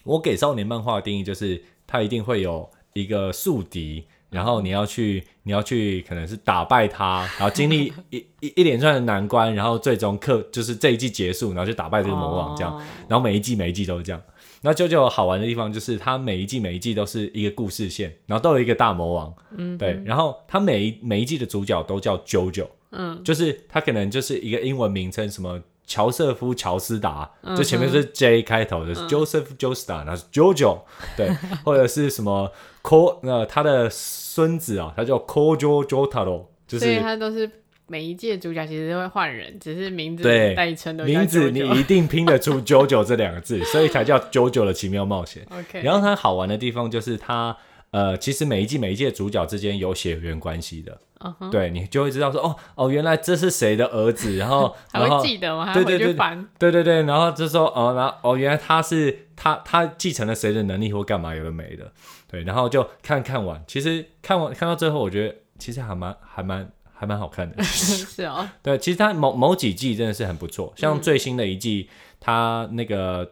Speaker 2: 我给少年漫画的定义就是，它一定会有一个宿敌，然后你要去，你要去，可能是打败他，然后经历一一一连串的难关，然后最终克，就是这一季结束，然后去打败这个魔王这样，
Speaker 1: 哦
Speaker 2: 然后每一季每一季都是这样。那啾啾好玩的地方就是，它每一季每一季都是一个故事线，然后都有一个大魔王，嗯，对，然后它每一每一季的主角都叫啾啾，
Speaker 1: 嗯，
Speaker 2: 就是他可能就是一个英文名称，什么乔瑟夫·乔斯达，
Speaker 1: 嗯
Speaker 2: 就前面是 J 开头的、
Speaker 1: 嗯
Speaker 2: Joseph Joestar，然后是 JoJo，对，或者是什么 Co，那、他的孙子啊，他叫 Kojo Jotaro，就
Speaker 1: 所以
Speaker 2: 是
Speaker 1: 他都是每一届主角其实都会换人，只是名字
Speaker 2: 对
Speaker 1: 代称都叫
Speaker 2: 名字你
Speaker 1: JoJo
Speaker 2: 一定拼得出 JoJo 这两个字，所以才叫 JoJo 的奇妙冒险。
Speaker 1: OK，
Speaker 2: 然后它好玩的地方就是它，呃，其实每一季每一季的主角之间有血缘关系的，
Speaker 1: 嗯哼，
Speaker 2: 对你就会知道说，哦哦，原来这是谁的儿 子，然后
Speaker 1: 还
Speaker 2: 然后
Speaker 1: 会记得吗？还
Speaker 2: 对
Speaker 1: 回
Speaker 2: 对
Speaker 1: 去
Speaker 2: 对
Speaker 1: 翻，
Speaker 2: 对对对，然后就说哦，然后哦，原来他是他他继承了谁的能力或干嘛有的没的，对，然后就看看完，其实看完看到最后，我觉得其实还蛮还蛮还蛮好看的，
Speaker 1: 是哦，
Speaker 2: 对，其实它某某几季真的是很不错，像最新的一季，它那个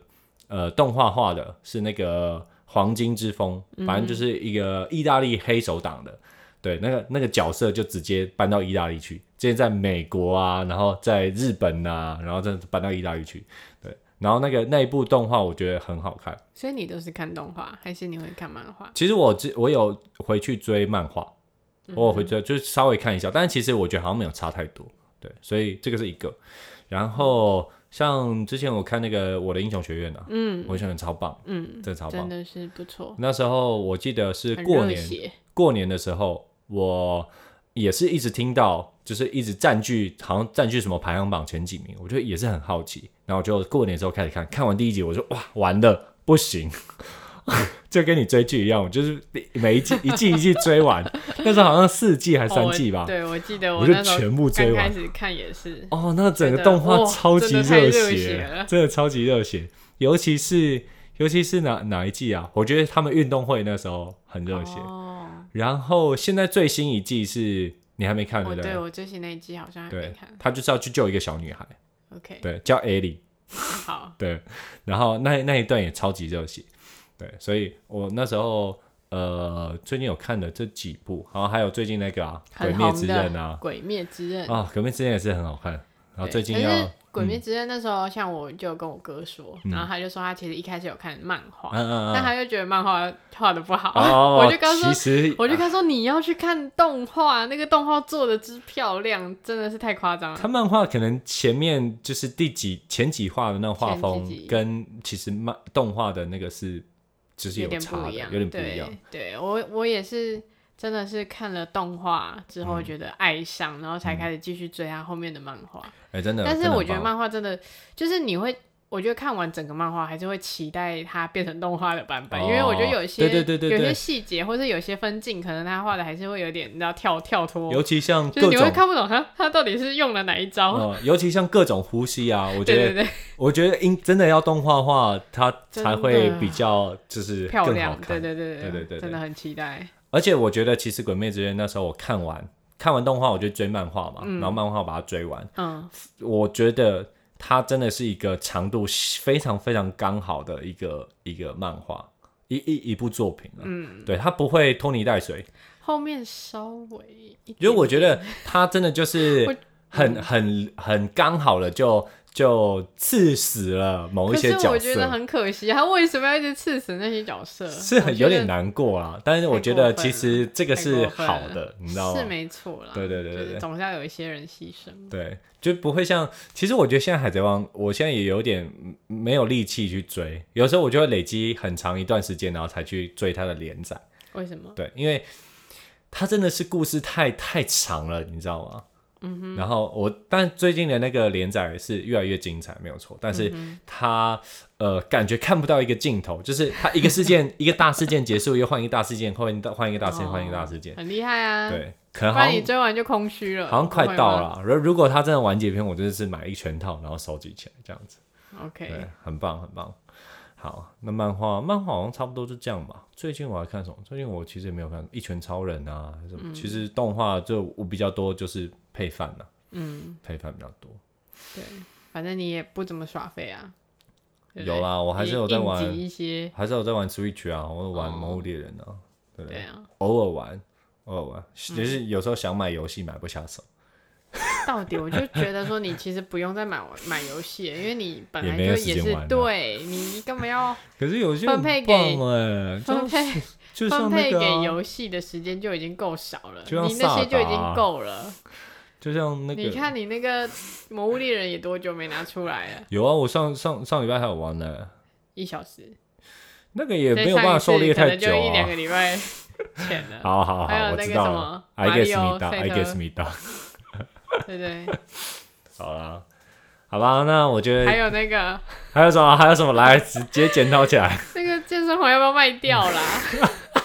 Speaker 2: 呃动画化的是那个《黄金之风》，反正就是一个意大利黑手党的，对，那个那个角色就直接搬到意大利去，之前在美国啊，然后在日本啊，然后再搬到意大利去，对，然后那个那一部动画我觉得很好看，
Speaker 1: 所以你都是看动画，还是你会看漫画？
Speaker 2: 其实我之我有回去追漫画，
Speaker 1: 嗯
Speaker 2: 我有回去就是稍微看一下，但是其实我觉得好像没有差太多，对，所以这个是一个。然后像之前我看那个《我的英雄学院》啊，
Speaker 1: 嗯
Speaker 2: 我觉得超棒，
Speaker 1: 嗯，
Speaker 2: 真的超
Speaker 1: 真
Speaker 2: 棒。
Speaker 1: 的是不错，
Speaker 2: 那时候我记得是
Speaker 1: 很
Speaker 2: 过
Speaker 1: 热
Speaker 2: 年，
Speaker 1: 血
Speaker 2: 过年的时候我也是一直听到，就是一直占据，好像占据什么排行榜前几名，我觉得也是很好奇。然后我就过年的时候开始看，看完第一集我就哇完了，不行。 就跟你追剧一样，我就是每一季一季一季追完， 那时候好像四季还是
Speaker 1: 哦
Speaker 2: 三
Speaker 1: 我
Speaker 2: 季吧，
Speaker 1: 对，我记得
Speaker 2: 我就
Speaker 1: 那时候
Speaker 2: 全部追
Speaker 1: 刚
Speaker 2: 完
Speaker 1: 开。始看也是，
Speaker 2: 哦，那整个
Speaker 1: 觉得
Speaker 2: 动画
Speaker 1: 哇
Speaker 2: 超级
Speaker 1: 真的太
Speaker 2: 热
Speaker 1: 热血了
Speaker 2: 真的超级热血，尤其是尤其是哪哪一季啊？我觉得他们运动会那时候很热血，
Speaker 1: 哦，
Speaker 2: 然后现在最新一季是你还没看
Speaker 1: 我
Speaker 2: 对不
Speaker 1: 对
Speaker 2: 对？
Speaker 1: 我最新那一季好哦像还没
Speaker 2: 对
Speaker 1: 看，
Speaker 2: 他就是要去救一个小女孩，
Speaker 1: ，OK，
Speaker 2: 对，叫艾莉，
Speaker 1: 好，
Speaker 2: 对，然后那那一段也超级热血，对，所以我那时候呃最近有看的这几部，然后还有最近那个啊《鬼
Speaker 1: 很
Speaker 2: 灭
Speaker 1: 红
Speaker 2: 之
Speaker 1: 的
Speaker 2: 刃》啊，
Speaker 1: 鬼灭之刃》
Speaker 2: 啊《鬼灭之刃》也是很好看，然后
Speaker 1: 对
Speaker 2: 最近
Speaker 1: 可是
Speaker 2: 要嗯
Speaker 1: 《鬼灭之刃》那时候，像我就有跟我哥说，然后他就说他其实一开始有看漫画，
Speaker 2: 嗯嗯
Speaker 1: 但
Speaker 2: 嗯。
Speaker 1: 他就觉得漫画画的不好，
Speaker 2: 哦，
Speaker 1: 我就刚说
Speaker 2: 其。实
Speaker 1: 我就跟他说你要去看动画，那个动画做的之漂亮，真的是太夸张了。
Speaker 2: 他漫画可能前面就是第几前几话的那个画风
Speaker 1: 前几集，
Speaker 2: 跟其实漫动画的那个是就是
Speaker 1: 有点
Speaker 2: 差
Speaker 1: 不
Speaker 2: 的，
Speaker 1: 一样，
Speaker 2: 有点不一样。
Speaker 1: 对，对我我也是，真的是看了动画之
Speaker 2: 嗯
Speaker 1: 后觉得爱上，然后才开始继续追他后面的漫画。
Speaker 2: 哎、真的。
Speaker 1: 但是
Speaker 2: 真的
Speaker 1: 我
Speaker 2: 很
Speaker 1: 觉得
Speaker 2: 棒
Speaker 1: 漫画真的就是你会，我觉得看完整个漫画还是会期待它变成动画的版本，
Speaker 2: 哦
Speaker 1: 因为我觉得有一些
Speaker 2: 对对对对
Speaker 1: 有
Speaker 2: 对
Speaker 1: 些细节或者有些分镜，可能他画的还是会有点你知道跳跳脱，
Speaker 2: 尤其像
Speaker 1: 就是
Speaker 2: 各
Speaker 1: 你会
Speaker 2: 种
Speaker 1: 看不懂他他到底是用了哪一招。
Speaker 2: 呃，尤其像各种呼吸 啊，我觉
Speaker 1: 对
Speaker 2: 得
Speaker 1: 对对，
Speaker 2: 我觉得应真的要动画化，它
Speaker 1: 真
Speaker 2: 才会
Speaker 1: 的
Speaker 2: 比较就是
Speaker 1: 漂
Speaker 2: 更好
Speaker 1: 亮，对
Speaker 2: 看。
Speaker 1: 对对
Speaker 2: 对对对对
Speaker 1: 真的很期待。
Speaker 2: 而且我觉得其实《鬼灭之刃》那时候我看完看完动画，我就追漫画嘛，然后漫画把它追完，
Speaker 1: 嗯，
Speaker 2: 我觉得它真的是一个长度非常非常刚好的一个一个漫画，一一一部作品了。嗯，对，它不会拖泥带水，
Speaker 1: 后面稍微一点点，
Speaker 2: 因为我觉得它真的就
Speaker 1: 我
Speaker 2: 是很很很刚好了就，就刺死了某
Speaker 1: 可
Speaker 2: 一些
Speaker 1: 是
Speaker 2: 角
Speaker 1: 我觉得
Speaker 2: 色。
Speaker 1: 很可惜，他为什么要一直刺死那些角色？
Speaker 2: 是很
Speaker 1: 我觉
Speaker 2: 有点
Speaker 1: 得
Speaker 2: 难过啦，但是我觉
Speaker 1: 太
Speaker 2: 得
Speaker 1: 过分
Speaker 2: 其实这个
Speaker 1: 太
Speaker 2: 是
Speaker 1: 过分
Speaker 2: 好
Speaker 1: 了
Speaker 2: 的，你知道吗
Speaker 1: 是？没错啦。
Speaker 2: 对对对对
Speaker 1: 就是
Speaker 2: 对
Speaker 1: 总是要有一些人牺牲。
Speaker 2: 对，就不会像。其实我觉得现在海贼王，我现在也有点嗯没有力气去追，有时候我就会累积很长一段时间，然后才去追它的连载。
Speaker 1: 为什么？
Speaker 2: 对，因为它真的是故事太太长了，你知道吗？嗯哼。然后我，但最近的那个连载是越来越精彩，没有错。但
Speaker 1: 嗯
Speaker 2: 是它、呃，感觉看不到一个尽头，就是它一个事 件一个大事件结束，又换一个大事件，换一个大换一个大事件，换一个大事件。
Speaker 1: 很厉害啊！，
Speaker 2: 对，可能
Speaker 1: 哦不
Speaker 2: 好像
Speaker 1: 然你追完就空虚了，
Speaker 2: 好像快到
Speaker 1: 不
Speaker 2: 了。如如果他真的完结篇，我真的是买一全套，然后收集起来这样子。
Speaker 1: 会吗。OK，
Speaker 2: 对，很棒，很棒。好，那漫画，漫画好像差不多就这样吧。最近我还看什么？最近我其实也没有看《一拳超人》啊，还是什么。其实动画就我比较多就是配饭了、
Speaker 1: 嗯，
Speaker 2: 配饭比较多。
Speaker 1: 对，反正你也不怎么耍废啊。对不对
Speaker 2: 有啦，我还是有在
Speaker 1: 也应
Speaker 2: 玩，
Speaker 1: 急一些，
Speaker 2: 还是有在玩 Switch 啊，我有玩
Speaker 1: 哦
Speaker 2: 《魔物猎人》啊，对不
Speaker 1: 对
Speaker 2: 对？
Speaker 1: 啊。
Speaker 2: 偶尔玩，偶尔玩，
Speaker 1: 嗯
Speaker 2: 就是有时候想买游戏买不下手，
Speaker 1: 到底我就觉得说，你其实不用再买 买游戏了，因为你本来
Speaker 2: 也没有
Speaker 1: 就
Speaker 2: 时间
Speaker 1: 也是
Speaker 2: 玩啊
Speaker 1: 对你干嘛要
Speaker 2: 可是有些
Speaker 1: 分
Speaker 2: 很
Speaker 1: 配
Speaker 2: 棒
Speaker 1: 给
Speaker 2: 哎、
Speaker 1: 分
Speaker 2: 就
Speaker 1: 配
Speaker 2: 就
Speaker 1: 分
Speaker 2: 像那
Speaker 1: 配
Speaker 2: 个、
Speaker 1: 给
Speaker 2: 啊、
Speaker 1: 游戏的时间就已经够少了，
Speaker 2: 就像
Speaker 1: 你那些就已
Speaker 2: 萨达
Speaker 1: 经够了。
Speaker 2: 就像那
Speaker 1: 你
Speaker 2: 个
Speaker 1: 看你那个魔物猎人也多久没拿出来了？
Speaker 2: 有啊，我上上上礼拜还有玩呢，
Speaker 1: 一小时，
Speaker 2: 那个也
Speaker 1: 对
Speaker 2: 没有办法狩猎
Speaker 1: 上一
Speaker 2: 太
Speaker 1: 次
Speaker 2: 久
Speaker 1: 可能就一两
Speaker 2: 啊。
Speaker 1: 个礼拜前 了。
Speaker 2: 好好
Speaker 1: 还
Speaker 2: 好，
Speaker 1: 有
Speaker 2: 我
Speaker 1: 那
Speaker 2: 知
Speaker 1: 个
Speaker 2: 道
Speaker 1: 什
Speaker 2: 了
Speaker 1: 么。
Speaker 2: I
Speaker 1: 马
Speaker 2: guess
Speaker 1: 里奥
Speaker 2: me 大
Speaker 1: 赛
Speaker 2: ，I
Speaker 1: 车
Speaker 2: guess me 大。
Speaker 1: 对对，
Speaker 2: 好啦，好吧，那我觉得
Speaker 1: 还有那个
Speaker 2: 还有什么？还有什么？来，直接检讨起 来。
Speaker 1: 那个健身环要不要卖掉啦？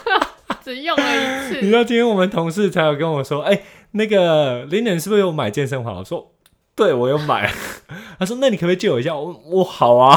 Speaker 1: 只用了一
Speaker 2: 你
Speaker 1: 次，
Speaker 2: 知道今天我们同事才有跟我说，哎、那个林远是不是有买健身环？我说，对我有买。 他说，那你可不可以借我一下？我我好啊，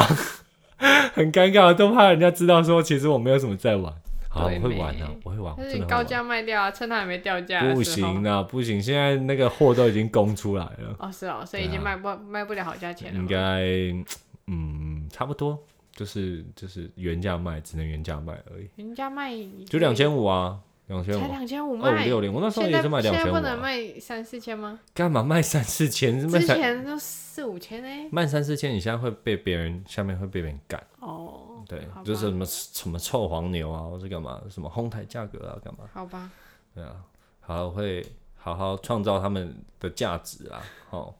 Speaker 2: 很尴尬，都怕人家知道说其实我没有什么在玩。好，我
Speaker 1: 对
Speaker 2: 会玩
Speaker 1: 没
Speaker 2: 啊，我会玩，我
Speaker 1: 但是
Speaker 2: 真
Speaker 1: 你
Speaker 2: 的
Speaker 1: 高
Speaker 2: 会玩。
Speaker 1: 价卖掉啊，趁它还没掉价的
Speaker 2: 不
Speaker 1: 时候
Speaker 2: 行。啊，不行！现在那个货都已经供出来了，
Speaker 1: 哦，是哦，所以已经卖不卖不了好价钱了
Speaker 2: 啊应
Speaker 1: 吗。
Speaker 2: 该嗯差不多，就是就是原价卖，只能原价卖而已，
Speaker 1: 人家卖
Speaker 2: 就两千五啊，两千
Speaker 1: 才
Speaker 2: 五，
Speaker 1: 两千五
Speaker 2: 二五
Speaker 1: 卖，
Speaker 2: 六零。我那时候
Speaker 1: 现
Speaker 2: 也
Speaker 1: 在
Speaker 2: 是卖
Speaker 1: 现
Speaker 2: 两
Speaker 1: 在
Speaker 2: 千五、
Speaker 1: 不能
Speaker 2: 啊，
Speaker 1: 卖三四千吗？
Speaker 2: 干嘛卖三四千？卖
Speaker 1: 之
Speaker 2: 三
Speaker 1: 前都四五千呢。
Speaker 2: 卖三四千，你现在会被别人下面会被别人干，
Speaker 1: 哦，
Speaker 2: 对
Speaker 1: 好，吧
Speaker 2: 就是什么什么臭黄牛啊，或是干嘛，什么哄抬价格啊，干嘛？
Speaker 1: 好吧，
Speaker 2: 对啊，好，我会好好创造他们的价值啊。 好，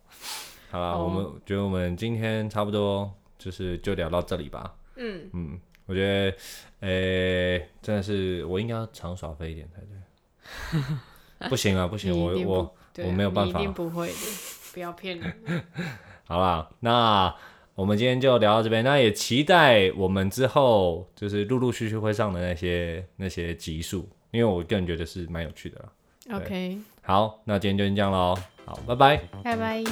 Speaker 2: 好啦，
Speaker 1: 哦
Speaker 2: 我们觉得我们今天差不多就是就聊到这里吧。
Speaker 1: 嗯，
Speaker 2: 嗯，我觉得，诶、真的是我应该要常耍飞一点才对。 不行啊，不行，
Speaker 1: 你一
Speaker 2: 我
Speaker 1: 定不
Speaker 2: 我
Speaker 1: 对啊，
Speaker 2: 我没有办法
Speaker 1: 你一定不会的，不要骗人。
Speaker 2: 好啦，那我们今天就聊到这边。那也期待我们之后就是陆陆续续会上的那些那些集数，因为我个人觉得是蛮有趣的啦。
Speaker 1: OK，
Speaker 2: 好，那今天就先这样喽。好，拜拜。
Speaker 1: 拜拜。